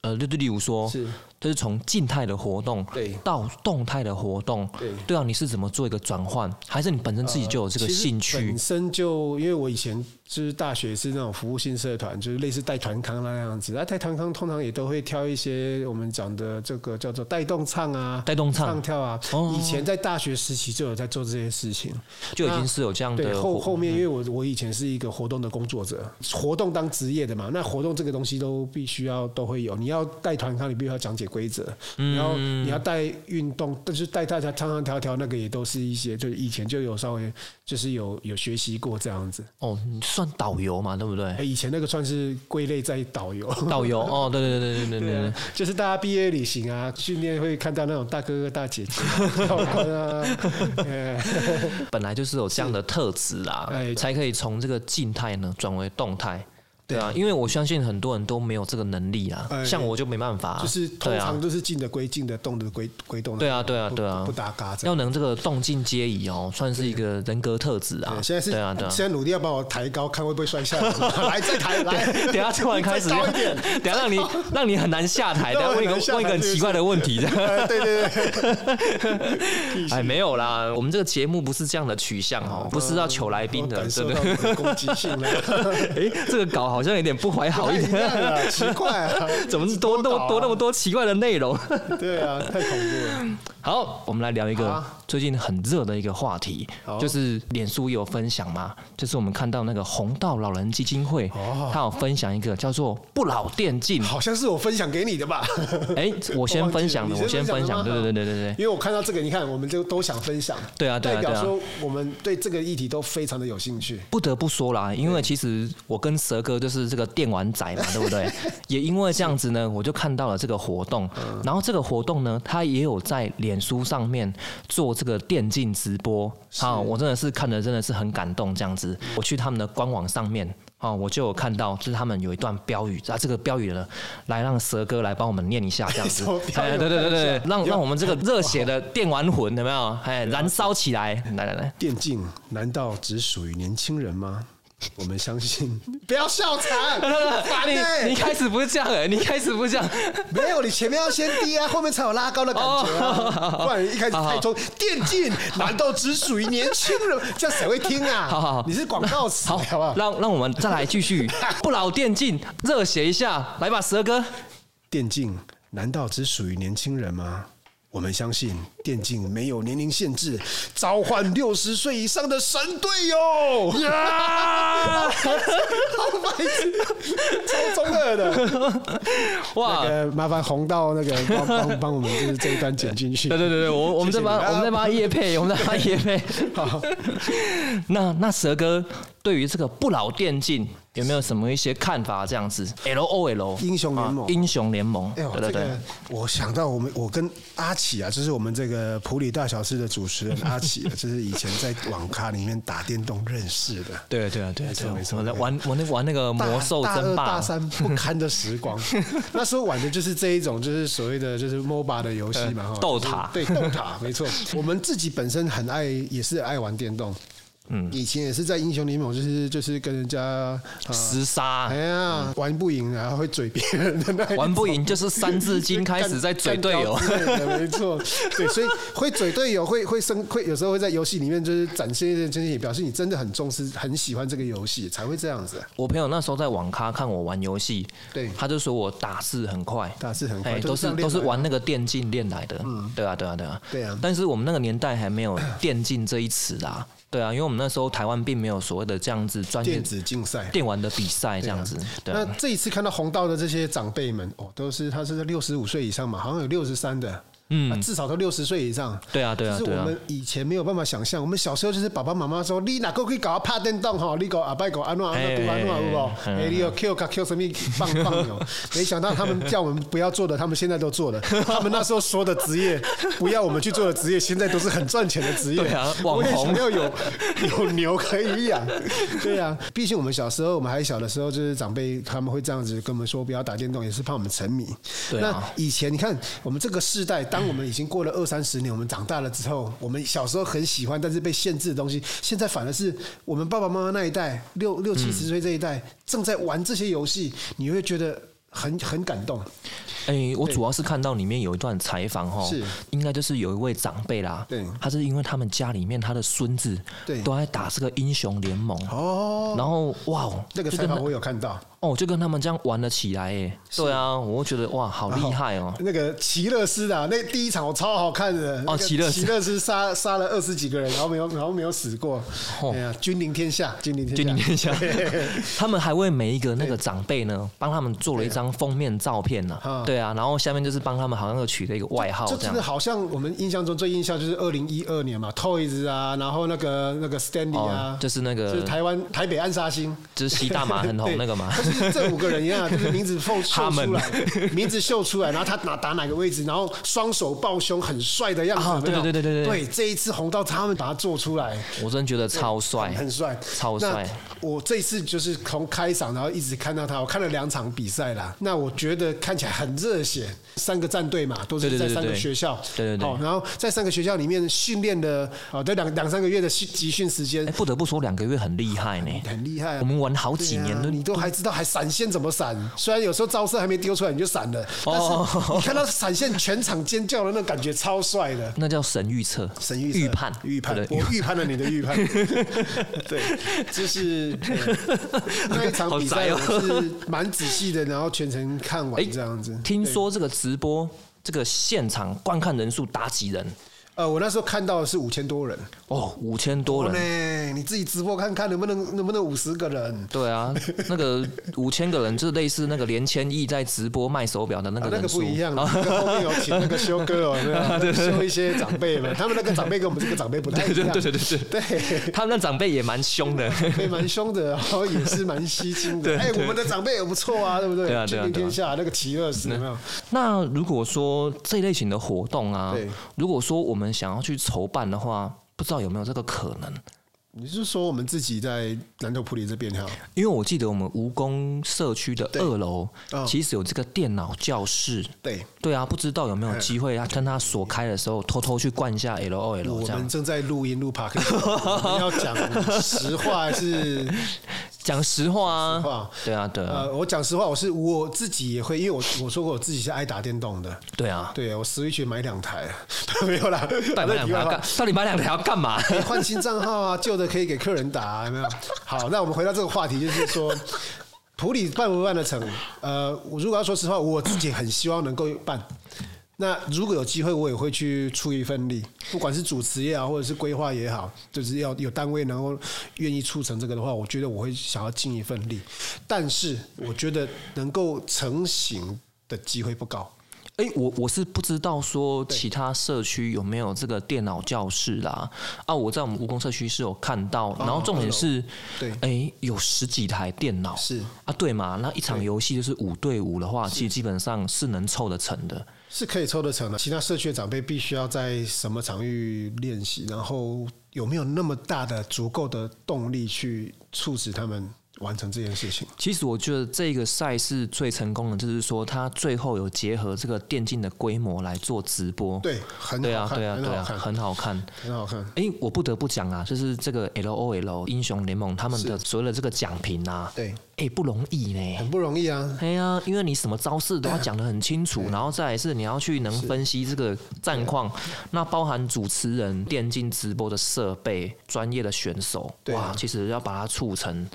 Speaker 1: 呃，例例如说
Speaker 2: 是
Speaker 1: 这是从静态的活动
Speaker 2: 对
Speaker 1: 到动态的活动，
Speaker 2: 对
Speaker 1: 对啊，你是怎么做一个转换？还是你本身自己就有这个
Speaker 2: 呃其实
Speaker 1: 兴趣
Speaker 2: 本？身就因为我以前就是大学是那种服务性社团，就是类似带团康那样子。那啊带团康通常也都会挑一些我们讲的这个叫做带动唱啊、
Speaker 1: 带动
Speaker 2: 唱
Speaker 1: 唱
Speaker 2: 跳啊。
Speaker 1: 哦
Speaker 2: 以前在大学时期就有在做这些事情。
Speaker 1: 就已经是有这样
Speaker 2: 对，
Speaker 1: 的
Speaker 2: 后
Speaker 1: 活
Speaker 2: 后面因为我我以前是一个活动的工作者，活动当职业的嘛，那活动这个东西都必须要都会有。你要带团康，你必须要讲解规则，
Speaker 1: 嗯
Speaker 2: 你要你要带运动，但是带大家唱唱跳跳那个也都是一些，就是以前就有稍微就是有有学习过这样子。
Speaker 1: 哦，你算导游嘛，对不对？
Speaker 2: 哎，以前那个算是归类在导游。嗯
Speaker 1: 导 游哦，对对对 对对啊对对，
Speaker 2: 就是大家毕业旅行啊，训练会看到那种大哥哥大姐姐跳舞啊， 哎
Speaker 1: 本来就是有这样的特质啊
Speaker 2: 哎，
Speaker 1: 才可以从这个静态呢转为动态。对啊，因为我相信很多人都没有这个能力啊，
Speaker 2: 哎
Speaker 1: 像我就没办法啊、
Speaker 2: 就是
Speaker 1: 对
Speaker 2: 通
Speaker 1: 啊
Speaker 2: 常，都是静的归静的，动的归归动的，
Speaker 1: 对啊，对啊，
Speaker 2: 不
Speaker 1: 对啊
Speaker 2: 不，搭嘎这
Speaker 1: 要
Speaker 2: 样。
Speaker 1: 能这个动静皆宜哦，算是一个人格特质啊。
Speaker 2: 对现在是，
Speaker 1: 对啊，对啊。
Speaker 2: 现在努力要把我抬高，看会不会摔下来。来，再抬，来，
Speaker 1: 等一下突然开始，
Speaker 2: 再高一点。
Speaker 1: 等一下让你让你很难下台，等一下
Speaker 2: 让我
Speaker 1: 问
Speaker 2: 很
Speaker 1: 一个
Speaker 2: 难下台
Speaker 1: 问一个很奇怪的问题这样。
Speaker 2: 呃对对 对，
Speaker 1: 哎，没有啦，我们这个节目不是这样的取向哦，不是要求来宾
Speaker 2: 我
Speaker 1: 的，
Speaker 2: 嗯哦感
Speaker 1: 对
Speaker 2: 受
Speaker 1: 不
Speaker 2: 到
Speaker 1: 对？
Speaker 2: 你的攻击 性了，
Speaker 1: 哎，这个稿好像有点不怀好
Speaker 2: 太
Speaker 1: 意
Speaker 2: 一，样了，奇怪啊，
Speaker 1: 怎么多那么多那么多奇怪的内容？
Speaker 2: 对啊，太恐怖了。
Speaker 1: 好，我们来聊一
Speaker 2: 好
Speaker 1: 个
Speaker 2: 啊
Speaker 1: 最近很热的一个话题，
Speaker 2: 好
Speaker 1: 就是脸书也有分享嘛，就是我们看到那个红道老人基金会，
Speaker 2: 哦
Speaker 1: 它有分享一个叫做“不老电竞”。
Speaker 2: 好像是我分享给你的吧？
Speaker 1: 哎，我先分享的，
Speaker 2: 你
Speaker 1: 我先分享，
Speaker 2: 的
Speaker 1: 对
Speaker 2: 吗
Speaker 1: 对对对对
Speaker 2: 因为我看到这个，你看，我们就都想分享，
Speaker 1: 对啊对啊
Speaker 2: 代表
Speaker 1: 对啊
Speaker 2: 说我们对这个议题都非常的有兴趣。
Speaker 1: 不得不说啦，因为其实我跟蛇哥就是这个电玩仔 嘛，对不对？也因为这样子呢，我就看到了这个活动，
Speaker 2: 嗯
Speaker 1: 然后这个活动呢，他也有在脸书上面做这个电竞直播。啊，我真的是看的真的是很感动，这样子，我去他们的官网上面。啊，我就有看到，就是他们有一段标语，啊，这个标语呢，来让蛇哥来帮我们念一下，这样子
Speaker 2: 什么。标语
Speaker 1: 哎，对对对
Speaker 2: 我看
Speaker 1: 对
Speaker 2: 一，下
Speaker 1: 让让我们这个热血的电玩魂有没有？哎，燃烧起来！来来来，
Speaker 2: 电竞难道只属于年轻人 吗？我们相信，不要笑场，烦欸
Speaker 1: 你你一开始不是这样哎、你一开始不是 这样，
Speaker 2: 没有，你前面要先低啊，后面才有拉高的感觉
Speaker 1: 哦
Speaker 2: 啊，不然一开始太冲。电竞难道只属于年轻人？这样谁会听 啊？
Speaker 1: 好好好
Speaker 2: 你是广告词，
Speaker 1: 好，
Speaker 2: 好不好？
Speaker 1: 让让我们再来继 续不老电竞热血一下，来吧，蛇哥，
Speaker 2: 电竞难道只属于年轻人吗？我们相信电竞没有年龄限制，召唤六十岁以上的神队友，好白痴，超 中二的。
Speaker 1: 哇！
Speaker 2: 呃，麻烦红到那个帮帮帮我们，就是这一段剪进去
Speaker 1: 对。对对对，我我们
Speaker 2: 谢
Speaker 1: 在
Speaker 2: 谢
Speaker 1: 帮
Speaker 2: 你啊
Speaker 1: 我们在帮叶 配，我们在帮叶配。
Speaker 2: 好，
Speaker 1: 那那蛇哥对于这个不老电竞有没有什么一些看法？这样子，L O L 啊
Speaker 2: 英雄联盟
Speaker 1: 英雄联盟，
Speaker 2: 哎
Speaker 1: 对
Speaker 2: 呦，
Speaker 1: 对
Speaker 2: 这
Speaker 1: 对
Speaker 2: 个，我想到我们我跟阿奇啊，就是我们这个普里大小事的主持人阿奇、啊，就是以前在网咖里面打电动认识的。
Speaker 1: 对对啊对啊
Speaker 2: 没错没错
Speaker 1: 我在玩我那玩那个 魔兽
Speaker 2: 大大
Speaker 1: 争
Speaker 2: 二
Speaker 1: 霸
Speaker 2: 大，三不堪的时 光，那时候玩的就是这一种，就是所谓的就是 MOBA 的游戏嘛，哈
Speaker 1: 呃斗塔
Speaker 2: 就是对，斗塔， 没错。我们自己本身很爱，也是爱玩电动。嗯，以前也是在英雄联盟，就是就是跟人家、呃
Speaker 1: 厮杀
Speaker 2: 哎，呀，玩不赢然后会嘴别人的那一种
Speaker 1: 啊玩不赢就是三字经开始在嘴队友
Speaker 2: 哎干。掉之类的没错，对，所以会嘴队友，会会 生，会有时候会在游戏里面就是展现一些真心，表示你真的很重视、很喜欢这个游戏，才会这样子。
Speaker 1: 我朋友那时候在网咖看我玩游戏，
Speaker 2: 对
Speaker 1: 他就说我打字很快，
Speaker 2: 打字很快
Speaker 1: 哎
Speaker 2: 就是
Speaker 1: 都
Speaker 2: 这
Speaker 1: 是
Speaker 2: 样练
Speaker 1: 都是
Speaker 2: 来的嗯
Speaker 1: 玩那个电竞练来的，对啊，对啊，对啊，
Speaker 2: 对啊
Speaker 1: 但是我们那个年代还没有电竞这一词啊，对啊，因为我们那时候台湾并没有所谓的这样子专业
Speaker 2: 电子竞赛。
Speaker 1: 电玩的比赛这样子，对
Speaker 2: 那
Speaker 1: 啊，
Speaker 2: 这一次看到红道的这些长辈们，哦，都是他是六十五岁以上嘛，好像有六十三的，嗯、至少都六十岁以上。
Speaker 1: 对啊，对啊，
Speaker 2: 就是
Speaker 1: 对
Speaker 2: 我
Speaker 1: 啊
Speaker 2: 们，以前没有办法想象，我们小时候就是爸爸妈妈说：“你哪个可以搞到拍电动哈？你搞阿伯搞安诺安诺
Speaker 1: 哎
Speaker 2: 读安诺
Speaker 1: 哎
Speaker 2: 有无？
Speaker 1: 哎
Speaker 2: 哎，你有 Q 卡 Q 什么棒棒 有？没想到他们叫我们不要做的，他们现在都做了。他们那时候说的职业，不要我们去做的职业，现在都是很赚钱的职业。
Speaker 1: 对啊网红
Speaker 2: 我也想要有 有牛可以养。对啊，毕竟我们小时候，我们还小的时候，就是长辈他们会这样子跟我们说不要打电动，也是怕我们沉迷。
Speaker 1: 对啊
Speaker 2: 那以前你看，我们这个世代，当我们已经过了二三十年，我们长大了之后，我们小时候很喜欢，但是被限制的东西，现在反而是我们爸爸妈妈那一代，六六七十岁这一代，正在玩这些游戏，你会觉得很很感动。
Speaker 1: 哎，我主要是看到里面有一段采访哈
Speaker 2: 是，
Speaker 1: 应该就是有一位长辈啦，
Speaker 2: 对
Speaker 1: 他是因为他们家里面他的孙子
Speaker 2: 对
Speaker 1: 都在打这个英雄联盟，
Speaker 2: 哦，
Speaker 1: 然后哇哦，
Speaker 2: 那个
Speaker 1: 就
Speaker 2: 采
Speaker 1: 跟他
Speaker 2: 访我有看到，
Speaker 1: 哦就跟他们这样玩了起来哎，对啊，我觉得哇好厉害哦，
Speaker 2: 那个奇乐斯的啊、那第一场我超好看的。那个
Speaker 1: 奇乐斯
Speaker 2: 奇乐斯杀杀了二十几个人，然后没有，然后没有死过。
Speaker 1: 哦
Speaker 2: 哎呀，君临天下，君临天下，
Speaker 1: 就你念一 下
Speaker 2: 对，啊
Speaker 1: 他们还为每一个那个长辈呢，帮他们做了一张封面照片呢、
Speaker 2: 啊
Speaker 1: 对啊，然后下面就是帮他们好像又取了一个外号
Speaker 2: 这
Speaker 1: 这
Speaker 2: 真
Speaker 1: 样
Speaker 2: 的。好像我们印象中最印象就是二零一二年嘛，Toys 啊，然后那个那个 Stanley 啊，
Speaker 1: 哦就是那
Speaker 2: 就
Speaker 1: 个
Speaker 2: 是，台湾台北暗杀星。
Speaker 1: 就是吸大麻很红那个嘛。
Speaker 2: 对他就是这五个人一样啊，就是名字秀秀
Speaker 1: 他们
Speaker 2: 出来，名字秀出来，然后他哪打哪个位置，然后双手抱胸，很帅的样子。
Speaker 1: 啊
Speaker 2: 有没有
Speaker 1: 对对对对对
Speaker 2: 对，这一次红到他们把它做出来，
Speaker 1: 我真的觉得超 帅，
Speaker 2: 很帅，
Speaker 1: 超帅。
Speaker 2: 那我这一次就是从开场，然后一直看到他，我看了两场比赛啦。那我觉得看起来很热血，三个战队嘛，都是
Speaker 1: 对对
Speaker 2: 在
Speaker 1: 对
Speaker 2: 三个
Speaker 1: 对
Speaker 2: 学校，
Speaker 1: 对对对
Speaker 2: 哦，然后在三个学校里面训练的，哦，这两两三个月的训集训时间
Speaker 1: 哎、，不得不说两个月很厉害呢。
Speaker 2: 很厉害啊
Speaker 1: 我。们玩好几
Speaker 2: 对
Speaker 1: 年
Speaker 2: 啊
Speaker 1: 都、
Speaker 2: 你都还知道还闪现怎么闪，虽然有时候招式还没丢出来你就闪了，
Speaker 1: 哦
Speaker 2: 但是你看到闪现全场尖叫的那种感觉超帅的。
Speaker 1: 那叫神预测、
Speaker 2: 神预测
Speaker 1: 预判、
Speaker 2: 预判
Speaker 1: 对，
Speaker 2: 我预判了你的预判，对，就是呃那一场比赛
Speaker 1: 好
Speaker 2: 我
Speaker 1: 宅
Speaker 2: 是蛮仔细的，然后全程看完这样子。
Speaker 1: 哎听说这个直播这个现场观看人数达几人？
Speaker 2: 呃，我那时候看到的是五千多人，
Speaker 1: 哦，五千多人。
Speaker 2: 呢，你自己直播看看能不能能不能五十个人。
Speaker 1: 对啊，那个五千个人，就是类似那个连千亿在直播卖手表的那
Speaker 2: 啊
Speaker 1: 个
Speaker 2: 那
Speaker 1: 人
Speaker 2: 个
Speaker 1: 数。哦
Speaker 2: 不一样，那个后面有请那个修哥哦，有没有那个修一些长辈们，他们那个长辈跟我们这个长辈不太一样，
Speaker 1: 对对对对
Speaker 2: 对，
Speaker 1: 他们那长辈也蛮凶 的。
Speaker 2: 对，蛮凶的，然后也是蛮吸睛的。
Speaker 1: 对
Speaker 2: 哎，
Speaker 1: 对
Speaker 2: 我们的长辈也不错啊，对不对？
Speaker 1: 对啊对
Speaker 2: 君
Speaker 1: 啊
Speaker 2: 临
Speaker 1: 对啊
Speaker 2: 天下那个奇二十有没有？
Speaker 1: 那如果说这类型的活动啊
Speaker 2: 对，
Speaker 1: 如果说我们想要去筹办的话，不知道有没有这个可能？
Speaker 2: 你是说我们自己在南投普里这边哈？
Speaker 1: 因为我记得我们蜈蚣社区的二楼
Speaker 2: 嗯
Speaker 1: 其实有这个电脑教室。
Speaker 2: 对，
Speaker 1: 对啊，不知道有没有机会啊？趁他锁开的时候，偷偷去灌一下 L O L
Speaker 2: 哎我
Speaker 1: 这
Speaker 2: 们
Speaker 1: 样
Speaker 2: 正在录音录 p o d 们要讲实话还是
Speaker 1: 讲实话啊。
Speaker 2: 话？
Speaker 1: 对啊，对啊，
Speaker 2: 呃，我讲实话，我是我自己也会，因为我我说过我自己是爱打电动的，
Speaker 1: 对啊，
Speaker 2: 对我 Switch 买两台， 没有啦，
Speaker 1: 到底买两
Speaker 2: 题外
Speaker 1: 条
Speaker 2: 话
Speaker 1: 干，到底买两条干嘛？
Speaker 2: 可以换新账号啊，旧的可以给客人打、 啊，有没有？好，那我们回到这个话题，就是说。普里办不办得成？呃，我如果要说实话，我自己很希望能够办。那如果有机会，我也会去出一份力，不管是主持也好，或者是规划也好，就是要有单位能够愿意促成这个的话，我觉得我会想要尽一份力。但是我觉得能够成型的机会不高。
Speaker 1: 哎、我我是不知道说其他社区有没有这个电脑教室啦。啊，我在我们蜈蚣社区是有看到，然后重点是，
Speaker 2: 哦对
Speaker 1: 哎、有十几台电脑
Speaker 2: 是
Speaker 1: 啊，对嘛？那一场游戏就是五对五的话，其实基本上是能凑得成的。
Speaker 2: 是可以抽得成的。其他社区的长辈必须要在什么场域练习，然后有没有那么大的足够的动力去促使他们完成这件事情？
Speaker 1: 其实我觉得这个赛事最成功的，就是说它最后有结合这个电竞的规模来做直播。
Speaker 2: 对，很
Speaker 1: 对
Speaker 2: 好
Speaker 1: 啊，
Speaker 2: 看，
Speaker 1: 对啊，
Speaker 2: 很
Speaker 1: 对
Speaker 2: 好
Speaker 1: 啊，
Speaker 2: 看，
Speaker 1: 很好看。
Speaker 2: 很好看。
Speaker 1: 哎、我不得不讲啊，就是这个 L O L 英雄联盟他们的所谓的这个奖评啊，
Speaker 2: 对，
Speaker 1: 哎、不容易呢。
Speaker 2: 很不容易啊。
Speaker 1: 哎呀，因为你什么招式都要讲得很清楚，然后再来是你要去能分析这个战况，那包含主持人、电竞直播的设备、专业的选手，
Speaker 2: 对啊
Speaker 1: 哇，其实要把它促成，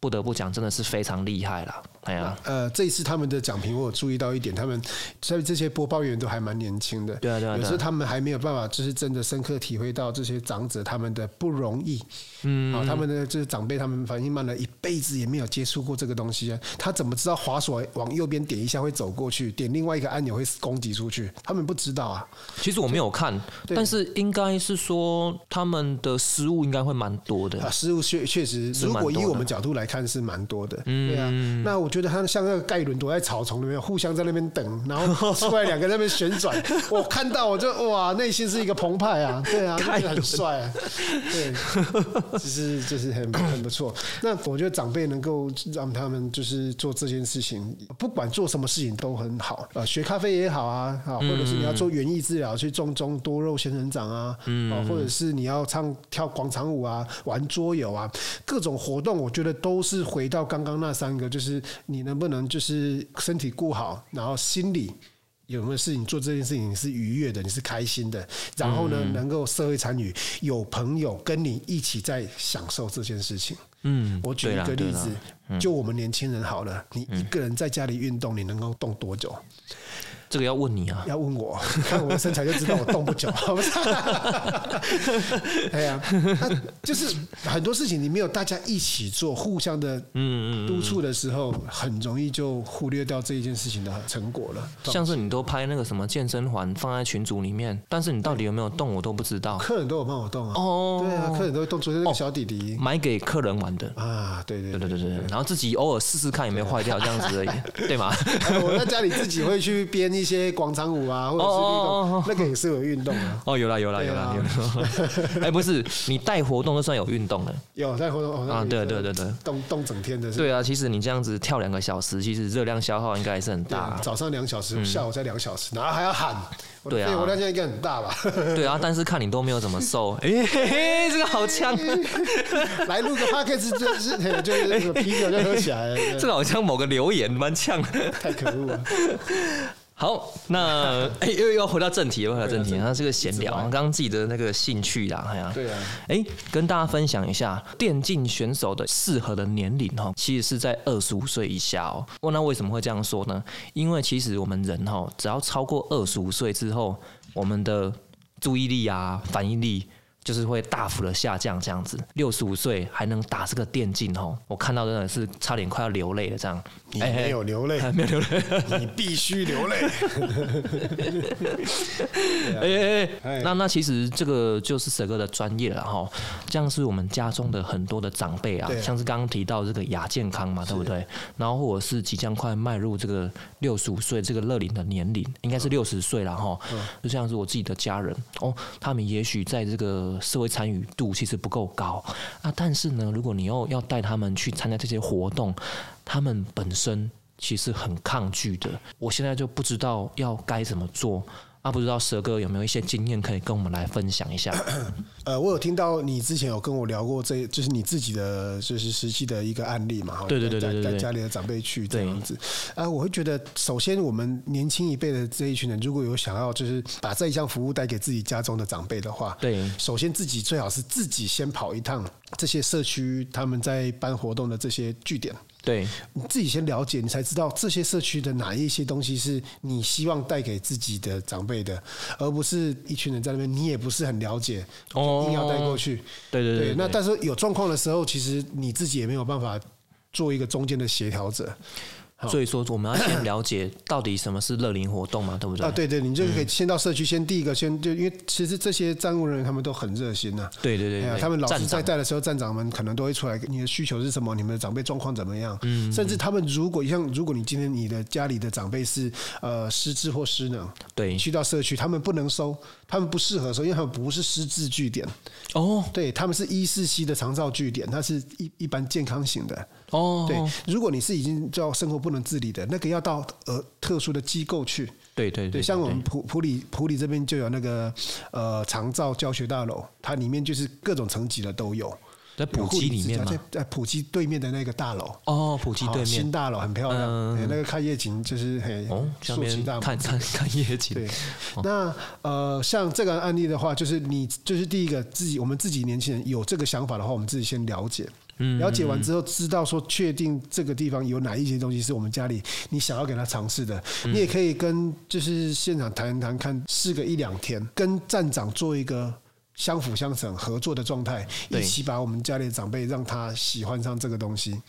Speaker 1: 不得不讲真的是非常厉害啦。哎呀，
Speaker 2: 呃，这一次他们的奖评，我有注意到一点，他们在这些播报员都还蛮年轻的，
Speaker 1: 对啊对啊
Speaker 2: 有
Speaker 1: 对啊
Speaker 2: 时候他们还没有办法，就是真的深刻体会到这些长者他们的不容易，嗯，啊、他们的就是长辈他们反应慢了一辈子也没有接触过这个东西啊，他怎么知道滑索往右边点一下会走过去，点另外一个按钮会攻击出去？他们不知道啊，
Speaker 1: 其实我没有看，但是应该是说他们的失误应该会蛮多的
Speaker 2: 啊，。失误确确实，
Speaker 1: 是
Speaker 2: 如
Speaker 1: 蛮
Speaker 2: 果以
Speaker 1: 多的嗯
Speaker 2: 我们角度来看是蛮多的，对啊。那我觉得他像那个盖伦躲在草丛里面，互相在那边等，然后出来两个在那边旋 转，我看到我就哇，内心是一个澎湃啊，对啊，就觉得很帅、啊， 对，就是就是很 很不错。那我觉得长辈能够让他们就是做这件事情，不管做什么事情都很好，呃，学咖啡也好啊，啊，或者是你要做园艺治疗，去种种多肉仙人掌啊，啊，或者是你要唱跳广场舞啊，玩桌游啊，各种活动，我觉得都都是回到刚刚那三个，就是你能不能就是身体顾好，然后心理。有没有事情做这件事情你是愉悦的，你是开心的，然后呢，
Speaker 1: 嗯
Speaker 2: 能够社会参与，有朋友跟你一起在享受这件事情。
Speaker 1: 嗯，
Speaker 2: 我举一
Speaker 1: 对啦
Speaker 2: 个例
Speaker 1: 对啦嗯
Speaker 2: 子，就我们年轻人好了，你一个人在家里运动，你能够动多久？
Speaker 1: 这个要问你啊，
Speaker 2: 要问我， 看我的身材就知道我动不久，好不 是？哎呀，那就是很多事情你没有大家一起做，互相的
Speaker 1: 嗯嗯
Speaker 2: 督促的时候，很容易就忽略掉这一件事情的成果了。
Speaker 1: 嗯，像是你都拍那个什么健身环放在群组里面，但是你到底有没有动，我都不知道。
Speaker 2: 客人都有帮我动啊，
Speaker 1: 哦，
Speaker 2: 对啊，客人都会动，昨天那个小弟弟、
Speaker 1: 买给客人玩的。
Speaker 2: 啊，对对
Speaker 1: 对
Speaker 2: 对。
Speaker 1: 对对对，然后自己偶尔试试看有没有坏掉，这样子而 已，对吗？
Speaker 2: 哎我在家里自己会去编一些广场舞啊，或者是运动，
Speaker 1: 哦哦哦哦
Speaker 2: 那个也是有运动 啊。
Speaker 1: 哦，有啦有啦有啦有啦， 哎，不是，你带活动都算有运动了
Speaker 2: 有在活动哦那
Speaker 1: 啊！
Speaker 2: 个
Speaker 1: 对
Speaker 2: 也是
Speaker 1: 对对对
Speaker 2: 动动整天的是。
Speaker 1: 对啊，其实你这样子跳两个小时，其实热量消耗应该还是很
Speaker 2: 对
Speaker 1: 大
Speaker 2: 啊，。早上两小时，下午再两小时，然后还要喊，我
Speaker 1: 嗯
Speaker 2: 的
Speaker 1: 对啊
Speaker 2: 肺活量现在应该很大吧？
Speaker 1: 对啊，但是看你都没有怎么瘦，哎，嘿嘿这个好呛，
Speaker 2: 来录个 podcast 就是嘿就 是那个啤酒就喝起来了，对
Speaker 1: 这个好像某个留言蛮呛。
Speaker 2: 太可恶了。
Speaker 1: 好，那 哎、又又要回到正题，又回到正题，
Speaker 2: 回到正题
Speaker 1: 那这个闲聊，刚刚自己的那个兴趣啦，哎呀、
Speaker 2: 对啊，
Speaker 1: 哎、跟大家分享一下，电竞选手的适合的年龄哈，其实是在二十五岁以下哦。哦那为什么会这样说呢？因为其实我们人哈，只要超过二十五岁之后，我们的注意力啊、反应力。就是会大幅的下降，这样子，六十五岁还能打这个电竞哦，我看到真的是差点快要流泪了，这样。
Speaker 2: 你没有流泪，没有流泪，你必须流泪。
Speaker 1: 哎哎哎
Speaker 2: 哎，
Speaker 1: 那那其实这个就是蛇哥的专业了哈，像是我们家中的很多的长辈啊
Speaker 2: 对，
Speaker 1: 像是刚刚提到这个亚健康嘛，对不对？然后或者是即将快迈入这个六十五岁这个乐龄的年龄，应
Speaker 2: 嗯
Speaker 1: 该是六十岁了哈。就像是我自己的家人哦，他们也许在这个社会参与度其实不够高啊，但是呢，如果你又要带他们去参加这些活动，他们本身其实很抗拒的。我现在就不知道要该怎么做。啊，不知道蛇哥有没有一些经验可以跟我们来分享 一下？
Speaker 2: 呃，我有听到你之前有跟我聊过这，就是你自己的就是实际的一个案例嘛，哈
Speaker 1: 对对对
Speaker 2: 带
Speaker 1: 对对对
Speaker 2: 带家里的长辈去这样子。啊，我会觉得，首先我们年轻一辈的这一群人，如果有想要就是把这一项服务带给自己家中的长辈的话，
Speaker 1: 对
Speaker 2: 首先自己最好是自己先跑一趟这些社区他们在办活动的这些据点。
Speaker 1: 对，
Speaker 2: 你自己先了解，你才知道这些社区的哪一些东西是你希望带给自己的长辈的，而不是一群人在那边你也不是很了解，
Speaker 1: 哦
Speaker 2: 就硬要带过去。
Speaker 1: 对哦对对
Speaker 2: 对，那但是有状况的时候，其实你自己也没有办法做一个中间的协调者
Speaker 1: 所以说我们要先了解到底什么是乐龄活动 嘛，对不对？
Speaker 2: 啊。对对，你就
Speaker 1: 嗯
Speaker 2: 可以先到社区，先第一个先就因为其实这些站务人员他们都很热心呐、
Speaker 1: 对对对
Speaker 2: 哎呀
Speaker 1: 对，
Speaker 2: 他们老师
Speaker 1: 站
Speaker 2: 在
Speaker 1: 长
Speaker 2: 带的时候，站长们可能都会出来，你的需求是什么？你们的长辈状况怎么样？嗯，甚至他们如果像如果你今天你的家里的长辈是呃失智或失能，
Speaker 1: 对
Speaker 2: 你去到社区，他们不能收，他们不适合收，因为他们不是失智据点，
Speaker 1: 哦
Speaker 2: 对他们是一四七的长照据点，它是一一般健康型的。
Speaker 1: 哦，
Speaker 2: 对，如果你是已经叫生活不能自理的，那个要到呃特殊的机构去。
Speaker 1: 对对
Speaker 2: 对，
Speaker 1: 对，
Speaker 2: 像我们普普里普里这边就有那个呃长照教学大楼，它里面就是各种层级的都有。
Speaker 1: 在普及里面嘛
Speaker 2: 在，在普及对面的那个大楼，
Speaker 1: 哦，普及
Speaker 2: 啊好
Speaker 1: 对
Speaker 2: 新
Speaker 1: 面
Speaker 2: 大楼很漂亮，
Speaker 1: 嗯
Speaker 2: 哎那个看夜景就是很
Speaker 1: 哦，下
Speaker 2: 竖起
Speaker 1: 面
Speaker 2: 大
Speaker 1: 看哦看
Speaker 2: 门。
Speaker 1: 看夜景，
Speaker 2: 对，那呃，像这个案例的话，就是你就是第一个自己，我们自己年轻人有这个想法的话，我们自己先了解，了解完之后，知道说确定这个地方有哪一些东西是我们家里你想要给他尝试的，你也可以跟就是现场谈一谈，看试个一两天，跟站长做一个相辅相成、合作的状态，
Speaker 1: 对
Speaker 2: 一起把我们家里的长辈让他喜欢上这个东西。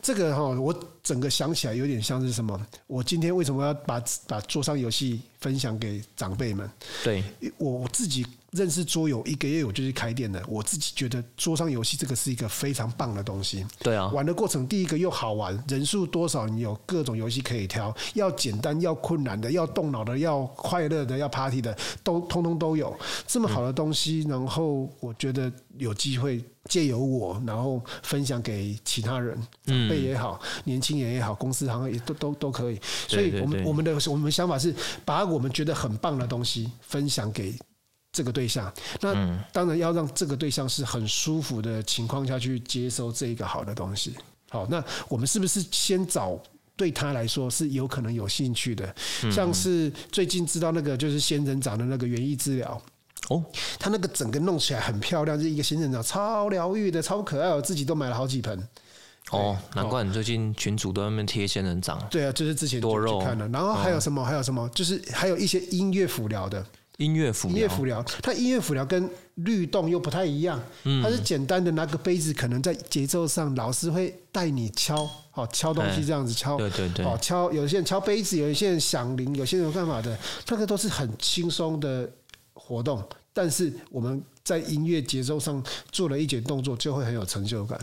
Speaker 2: 这个哈、我整个想起来有点像是什么？我今天为什么要把把桌上游戏分享给长辈们？
Speaker 1: 对
Speaker 2: 我我自己认识桌游一个月，我就是开店的。我自己觉得桌上游戏这个是一个非常棒的东西。
Speaker 1: 对啊，
Speaker 2: 玩的过程，第一个又好玩，人数多少，你有各种游戏可以挑，要简单，要困难的，要动脑的，要快乐的，要 party 的，都通通都有。这么好的东西，然后我觉得有机会借由我，然后分享给其他人，长
Speaker 1: 嗯
Speaker 2: 辈也好，年轻人也好，公司行业也都都都可以。所以
Speaker 1: 对对
Speaker 2: 我们
Speaker 1: 对
Speaker 2: 我们的我们想法是把我们觉得很棒的东西分享给这个对象，那
Speaker 1: 嗯
Speaker 2: 当然要让这个对象是很舒服的情况下去接收这一个好的东西。好，那我们是不是先找？对他来说是有可能有兴趣的，
Speaker 1: 嗯
Speaker 2: 像是最近知道那个就是仙人掌的那个园艺治疗，
Speaker 1: 哦，
Speaker 2: 它那个整个弄起来很漂亮，就是一个仙人掌，超疗愈的，超可爱，我哦自己都买了好几盆。
Speaker 1: 哦，难怪你最近群主都在那边贴仙人掌，
Speaker 2: 对啊，就是之前
Speaker 1: 多
Speaker 2: 就
Speaker 1: 肉嗯
Speaker 2: 去看了，然后还有什么？还有什么？就是还有一些音乐辅疗的，
Speaker 1: 音乐啊辅
Speaker 2: 音乐辅疗，它音乐辅疗跟律动又不太一样，
Speaker 1: 嗯
Speaker 2: 它是简单的拿个杯子，可能在节奏上老师会带你敲，好敲东西这样子敲，
Speaker 1: 哎对对对
Speaker 2: 哦敲，有些人敲杯子，有些人响铃，有些人干嘛的，那个都是很轻松的活动，但是我们在音乐节奏上做了一点动作，就会很有成就感。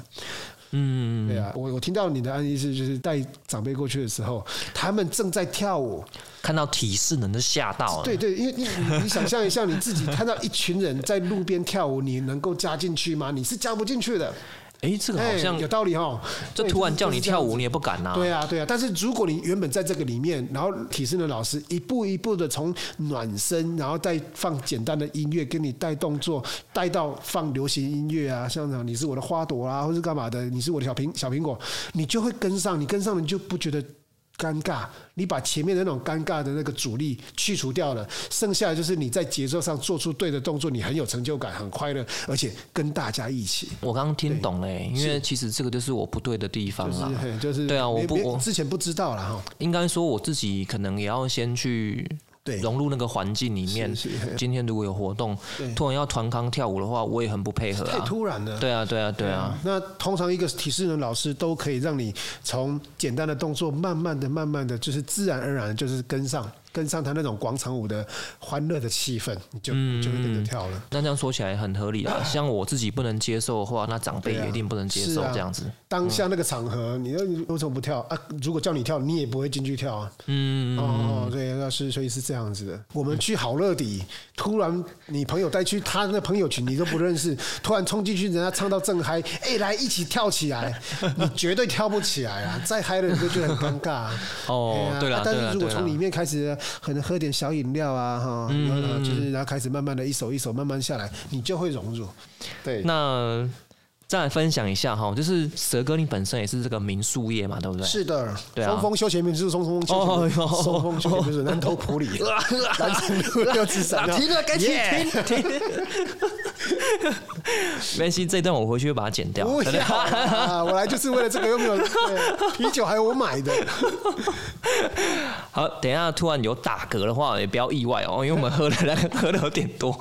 Speaker 1: 嗯，
Speaker 2: 对啊，我我听到你的案例是，就是带长辈过去的时候，他们正在跳舞，
Speaker 1: 看到体适能都吓到了，
Speaker 2: 对对，因为你你你想象一下，你自己看到一群人在路边跳舞，你能够加进去吗？你是加不进去的。
Speaker 1: 哎，这个好
Speaker 2: 哎，
Speaker 1: 像
Speaker 2: 有道理哦。
Speaker 1: 这
Speaker 2: 对
Speaker 1: 突然叫你跳。
Speaker 2: 就是
Speaker 1: 舞，你也不敢呐、
Speaker 2: 就是这样子对啊，对啊。但是如果你原本在这个里面，然后体适能老师一步一步的从暖身，然后再放简单的音乐，跟你带动作，带到放流行音乐啊，像什么你是我的花朵啊，或是干嘛的，你是我的小苹小苹果，你就会跟上，你跟上了你就不觉得尴尬，你把前面的那种尴尬的那个阻力去除掉了，剩下的就是你在节奏上做出对的动作，你很有成就感，很快乐，而且跟大家一起。
Speaker 1: 我刚刚听懂嘞、因为其实这个就是我不对的地方
Speaker 2: 就是
Speaker 1: 啦。
Speaker 2: 嘿就是
Speaker 1: 对啊我
Speaker 2: 没
Speaker 1: 不
Speaker 2: 没
Speaker 1: 我
Speaker 2: 之前不知道了哈，
Speaker 1: 应该说我自己可能也要先去
Speaker 2: 对
Speaker 1: 融入那个环境里面。
Speaker 2: 是是嘿
Speaker 1: 今天如果有活动
Speaker 2: 对，
Speaker 1: 突然要团康跳舞的话，我也很不配合
Speaker 2: 太
Speaker 1: 啊。
Speaker 2: 突然了。
Speaker 1: 对啊，对啊，对啊。
Speaker 2: 那通常一个体适能老师都可以让你从简单的动作，慢慢的、慢慢的，就是自然而然就是跟上，跟上他那种广场舞的欢乐的气氛，你就
Speaker 1: 嗯
Speaker 2: 你就会跟着跳了。
Speaker 1: 那这样说起来很合理 啊。像我自己不能接受的话，那长辈
Speaker 2: 对啊
Speaker 1: 也一定不能接受
Speaker 2: 是啊
Speaker 1: 这样子。
Speaker 2: 当下那个场合，你又你为什么不跳啊？如果叫你跳，你也不会进去跳啊。
Speaker 1: 嗯，
Speaker 2: 哦，对，那是所以是这样子的。我们去好乐迪，突然你朋友带去他那朋友群，你都不认识，突然冲进去，人家唱到正嗨， 哎、来一起跳起来， 你绝对跳不起来啊！ 再嗨了你就觉得很尴尬、啊。
Speaker 1: 哦，对
Speaker 2: 啊
Speaker 1: 了，
Speaker 2: 但
Speaker 1: 对
Speaker 2: 是
Speaker 1: 了，
Speaker 2: 如果
Speaker 1: 对嗯
Speaker 2: 从里
Speaker 1: 了。
Speaker 2: 面开始，可能喝点小饮料啊，哈，然后就是然后开始慢慢的一手一手慢慢下来，你就会融入。对，
Speaker 1: 那再来分享一下哈，就是蛇哥你本身也是这个民宿业嘛，对不对？
Speaker 2: 是的，
Speaker 1: 对啊
Speaker 2: 风风休闲民宿，松松
Speaker 1: 哦
Speaker 2: 休闲，
Speaker 1: 哟
Speaker 2: 松风休闲民宿，南头 普里，南城路六至三啊号，
Speaker 1: 停了，赶紧
Speaker 2: 耶
Speaker 1: 停停。 没关系，这一段我回去会把它剪掉。
Speaker 2: 不
Speaker 1: 真的
Speaker 2: 要啊！我来就是为了这个，又没有对啤酒，还有我买的。
Speaker 1: 好，等一下突然有打嗝的话，也不要意外哦，因为我们喝的那个喝的有点 多。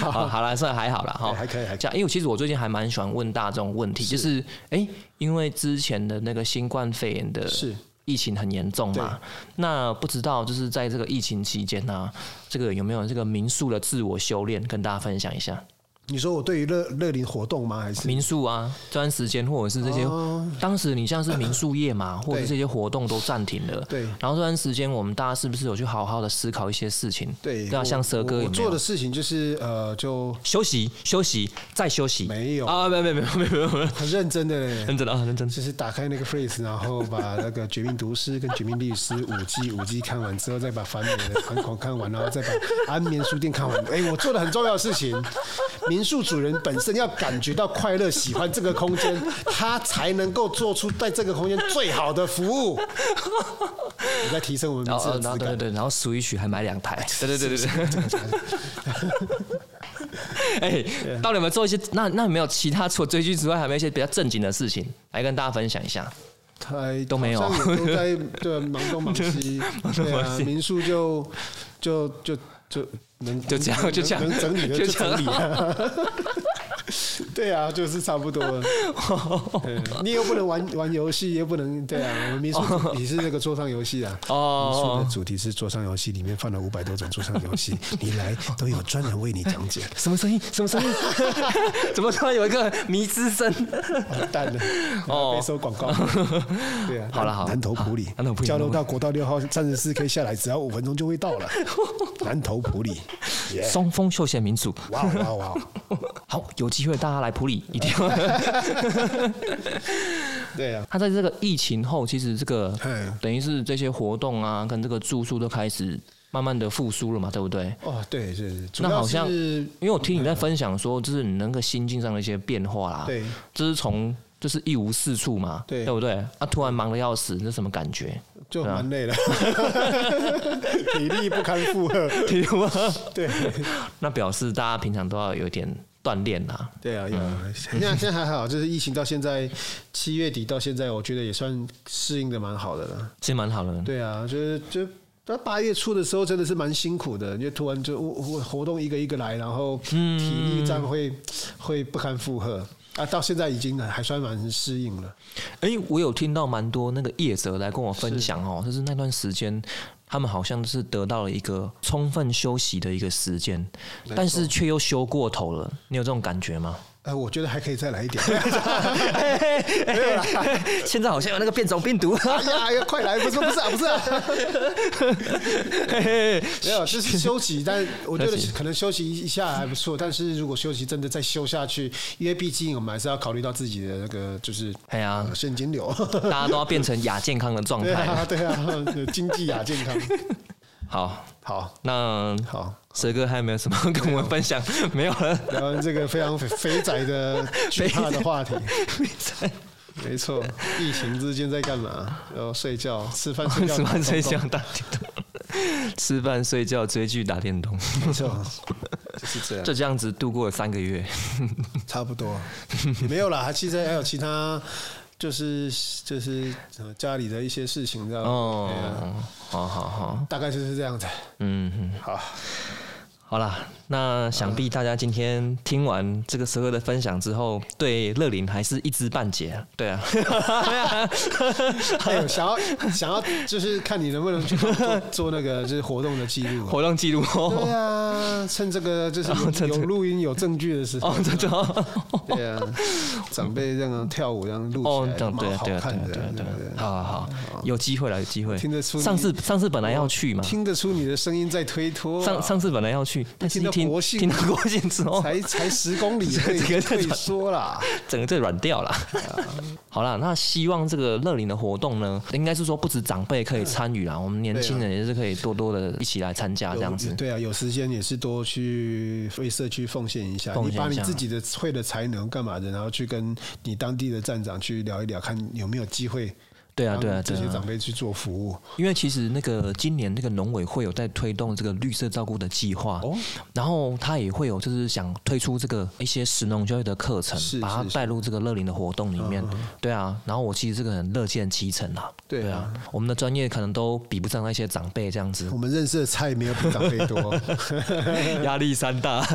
Speaker 1: 好，好了，算还好了哈，
Speaker 2: 还可以还可以
Speaker 1: 这样，因为其实我最近还蛮喜欢问大众问题，就是哎、因为之前的那个新冠肺炎的
Speaker 2: 是
Speaker 1: 疫情很严重嘛，那不知道就是在这个疫情期间呢、啊这个有没有这个民宿的自我修炼，跟大家分享一下？
Speaker 2: 你说我对于乐乐龄活动吗？还是哦
Speaker 1: 民宿啊，这段时间或者是这些，当时你像是民宿业嘛，或者是这些活动都暂停了。
Speaker 2: 对
Speaker 1: 然后这段时间，我们大家是不是有去好好的思考一些事情？
Speaker 2: 对？
Speaker 1: 对啊，
Speaker 2: 我
Speaker 1: 像蛇哥
Speaker 2: 我
Speaker 1: 有
Speaker 2: 我
Speaker 1: 没
Speaker 2: 做的
Speaker 1: 有？
Speaker 2: 事情就是呃，就
Speaker 1: 休息，休息，再休息。
Speaker 2: 没有
Speaker 1: 啊，没没没没没没，
Speaker 2: 很认真的嘞。
Speaker 1: 认真的啊，认真。
Speaker 2: 就是打开那个 phrase，然后把那个《绝命毒师》跟《绝命律师》五季五季看完之后，再把《反美的反恐》看完，然后再把《安眠书店》看完。哎，我做了很重要的事情。民宿主人本身要感觉到快乐，喜欢这个空间，他才能够做出在这个空间最好的服务。我在提升我们
Speaker 1: 然
Speaker 2: 民宿
Speaker 1: 后，呃
Speaker 2: 的
Speaker 1: 然后
Speaker 2: 质
Speaker 1: 对对
Speaker 2: 感。哎
Speaker 1: 对，然后 Switch 还买两台，对对对对对。 哎，到底有没有做一些？那那有没有其他除了追剧之外，还有没有一些比较正经的事情来跟大家分享一下？
Speaker 2: 太
Speaker 1: 都没有
Speaker 2: 好像也都在对忙东 忙西，对啊，民宿就就就就能
Speaker 1: 就这样
Speaker 2: 能
Speaker 1: 就这样
Speaker 2: 能整理的就
Speaker 1: 就这
Speaker 2: 整
Speaker 1: 样
Speaker 2: 理啊。 对啊，就是差不 多了。对你又不能玩玩游戏，又不能对啊。我们民宿你是那个桌上游戏啊。民宿
Speaker 1: 哦
Speaker 2: 的，主题是桌上游戏，里面放了五百多种桌上游戏，你来都有专人为你 讲解。
Speaker 1: 什么声音？什么声音？ 怎么突然有一个迷之声？
Speaker 2: 完蛋了，
Speaker 1: 哦
Speaker 2: 哦，被收广告。对啊，
Speaker 1: 好了好了
Speaker 2: 南头埔里
Speaker 1: 好，南投埔里
Speaker 2: 交流到国道六号三十四 K 下来，只要五分钟就会到 了。南头埔里，耶！
Speaker 1: 松风休闲民宿，
Speaker 2: 哇哦哇哦哇哦！
Speaker 1: 好，有机会大家来普里，一定要。
Speaker 2: 对啊，
Speaker 1: 他在这个疫情后，其实这个
Speaker 2: 嗯
Speaker 1: 等于是这些活动啊，跟这个住宿都开始慢慢的复苏了嘛，对不对？
Speaker 2: 哦对是是，主
Speaker 1: 那
Speaker 2: 要
Speaker 1: 好像
Speaker 2: 是
Speaker 1: 因为我听你在分享说，就是你那个心境上的一些变化啦，
Speaker 2: 对，
Speaker 1: 就是从就是一无是处嘛，
Speaker 2: 对
Speaker 1: 不对？啊，突然忙得要死，这什么感觉？
Speaker 2: 就蛮 累了，体力不堪负荷。
Speaker 1: 体力吗？
Speaker 2: 对
Speaker 1: 那表示大家平常都要有点锻炼啦。
Speaker 2: 对啊，有啊。现在现在还好，就是疫情到现在七月底到现在，我觉得也算适应的蛮好的了。
Speaker 1: 其实蛮好的，
Speaker 2: 对啊，就是就。到八月初的时候真的是蛮辛苦的，因为突然就我我活动一个一个来，然后体力这样会会不堪负荷啊。到现在已经还算蛮适应了。
Speaker 1: 哎、我有听到蛮多那个业者来跟我分享哦，就是那段时间他们好像是得到了一个充分休息的一个时间，但是却又休过头了。你有这种感觉吗？
Speaker 2: 哎，我觉得还可以再来一点。
Speaker 1: 现在好像有那个变种病毒，
Speaker 2: 哎呀，哎呀，快来！不是不是啊，不是啊， 没有，就是休息。但我觉得
Speaker 1: 休息
Speaker 2: 可能休息一下还不错，但是如果休息真的再休下去，因为毕竟我们还是要考虑到自己的那个就是
Speaker 1: 哎呀
Speaker 2: 呃现金流。
Speaker 1: 大家都要变成亚健康的状
Speaker 2: 对
Speaker 1: 态了。
Speaker 2: 啊，对啊，经济啊，健康。
Speaker 1: 好，
Speaker 2: 好
Speaker 1: 那
Speaker 2: 好，
Speaker 1: 蛇哥还有没有什么要跟我们分 享？没有了。
Speaker 2: 聊完这个非常肥肥 仔的惧怕的话题。没错，疫情之间在干嘛？然后睡觉、吃饭、睡觉、
Speaker 1: 吃饭、睡觉
Speaker 2: 动、
Speaker 1: 打电动， 吃饭、睡觉、追剧、打电动，
Speaker 2: 动，没错，就是这样。
Speaker 1: 就这样子度过了三个月。
Speaker 2: 差不多，没有啦。其实还有其他，就是就是呃家里的一些事情，这样。
Speaker 1: 哦
Speaker 2: 对啊，
Speaker 1: 好好好，
Speaker 2: 大概就是这 样子。
Speaker 1: 嗯，嗯
Speaker 2: 好，
Speaker 1: 好啦，那想必大家今天听完这个蛇哥的分享之后，对乐林还是一知半解啊。对 啊，
Speaker 2: 还有想要想要就是看你能不能去帮我做做那个就是活动的记录。啊
Speaker 1: 活动记录
Speaker 2: 对
Speaker 1: 哦，
Speaker 2: 啊，趁这个就是
Speaker 1: 哦趁
Speaker 2: 有
Speaker 1: 这
Speaker 2: 有录音有证据的时候
Speaker 1: 哦，，真的哦，
Speaker 2: 对啊，长辈这样跳舞这样录
Speaker 1: 哦，
Speaker 2: 起
Speaker 1: 这
Speaker 2: 来
Speaker 1: 样对啊对
Speaker 2: 蛮好
Speaker 1: 啊对
Speaker 2: 看
Speaker 1: 啊
Speaker 2: 的，
Speaker 1: 对啊对
Speaker 2: 对
Speaker 1: 啊
Speaker 2: 不对，
Speaker 1: 好好好，有机会了，有机会。
Speaker 2: 听得出你
Speaker 1: 上次上次本来要去嘛，
Speaker 2: 听得出你的声音在推脱啊，
Speaker 1: 上上次本来要去，但是一
Speaker 2: 听到
Speaker 1: 听
Speaker 2: 国姓
Speaker 1: 听到国庆之后，
Speaker 2: 才才 十公里可以
Speaker 1: 这个在
Speaker 2: 退缩啦。
Speaker 1: 整个就软掉了。 好啦，那希望这个乐龄的活动呢，应该是说不止长辈可以参与啦，我们年轻人也是可以多多的一起来参加这样子。
Speaker 2: 对啊啊，有时间也是多去为社区奉献一下。
Speaker 1: 奉献
Speaker 2: 你把
Speaker 1: 一
Speaker 2: 你
Speaker 1: 下
Speaker 2: 自己的会的才能干嘛的，然后去跟你当地的站长去聊一聊，看有没有机会
Speaker 1: 对啊，
Speaker 2: 让
Speaker 1: 对啊，
Speaker 2: 这
Speaker 1: 对
Speaker 2: 些
Speaker 1: 啊
Speaker 2: 长。辈去做服务。
Speaker 1: 因为其实那个今年那个农委会有在推动这个绿色照顾的计划，
Speaker 2: 哦
Speaker 1: 然后他也会有就是想推出这个一些食农教育的课程
Speaker 2: 是，
Speaker 1: 把它
Speaker 2: 是是嗯
Speaker 1: 带入这个乐龄的活动里面。对啊，然后我其实这个很乐见其成啊。
Speaker 2: 对啊
Speaker 1: 对啊，我们的专业可能都比不上那些长辈这样子
Speaker 2: 我。们认识的菜没有比长辈 多，
Speaker 1: 压力山大，
Speaker 2: 啊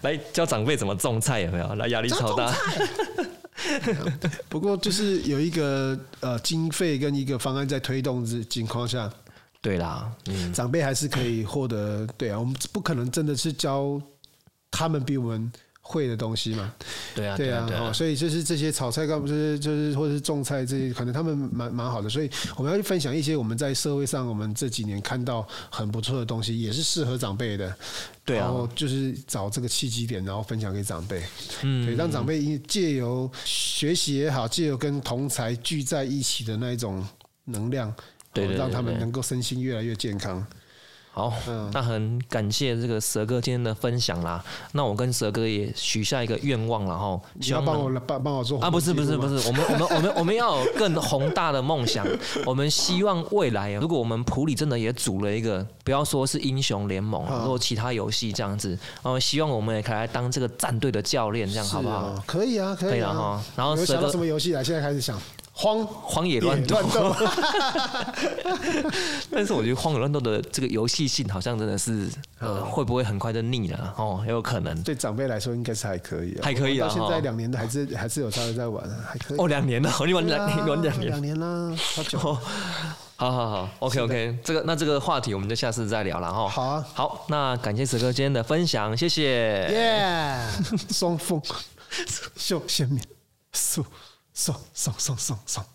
Speaker 1: 来教长辈怎么种菜有没有？来压力超大，
Speaker 2: 不过就是有一个呃经费跟一个方案在推动之情况下，
Speaker 1: 对啦，嗯，
Speaker 2: 长辈还是可以获得。对啊，我们不可能真的是教他们比我们会的东西嘛。
Speaker 1: 对啊，
Speaker 2: 对
Speaker 1: 啊
Speaker 2: 啊，，
Speaker 1: 对啊
Speaker 2: 哦，，所以就是这些炒菜干部，就是就是或者是种菜这些，可能他们蛮蛮好的，所以我们要去分享一些我们在社会上我们这几年看到很不错的东西，也是适合长辈的。
Speaker 1: 对啊
Speaker 2: 然后就是找这个契机点，然后分享给长辈，嗯，对，让长辈因借由学习也好，借由跟同才聚在一起的那一种能量，
Speaker 1: 对对对
Speaker 2: 哦让他
Speaker 1: 对
Speaker 2: 们
Speaker 1: 对
Speaker 2: 能够身心越来越健康。
Speaker 1: 好，
Speaker 2: 嗯
Speaker 1: 那很感谢这个蛇哥今天的分享啦。那我跟蛇哥也许下一个愿望了哈，
Speaker 2: 你
Speaker 1: 希
Speaker 2: 要
Speaker 1: 望能
Speaker 2: 帮我帮帮我做
Speaker 1: 啊，不是
Speaker 2: 红
Speaker 1: 不
Speaker 2: 记
Speaker 1: 是
Speaker 2: 录吗
Speaker 1: 不是，我们我们我 们我们要有更宏大的梦想。我们希望未来，如果我们普里真的也组了一个，不要说是英雄联盟啊，或其他游戏这样子，呃，希望我们也可以来当这个战队的教练，这样好不好
Speaker 2: 是？啊？可以啊，可
Speaker 1: 可以
Speaker 2: 以
Speaker 1: 了
Speaker 2: 啊
Speaker 1: 哈。然后
Speaker 2: 有
Speaker 1: 蛇
Speaker 2: 想到
Speaker 1: 哥
Speaker 2: 什么游戏啊？现在开始想荒
Speaker 1: 荒野乱斗
Speaker 2: 野，斗，
Speaker 1: 但是我觉得荒野乱斗的这个游戏性好像真的是，呃，会不会很快就腻了？哦，也有可能。
Speaker 2: 对长辈来说应该是还可以啊，
Speaker 1: 还可以啊
Speaker 2: 我到现
Speaker 1: 哈
Speaker 2: 在两年的还是还是有稍微在玩啊，还可以。
Speaker 1: 哦，两年了，你玩
Speaker 2: 对
Speaker 1: 两
Speaker 2: 啊，
Speaker 1: 你玩两
Speaker 2: 两
Speaker 1: 年，
Speaker 2: 年啦，好 久。
Speaker 1: 哦，好好好，OK OK，这个那这个话题我们就下次再聊了哈。
Speaker 2: 好啊
Speaker 1: 好，那感谢石哥今天的分享，谢谢。
Speaker 2: 耶， 双峰，秀鲜面，素，爽爽爽爽爽。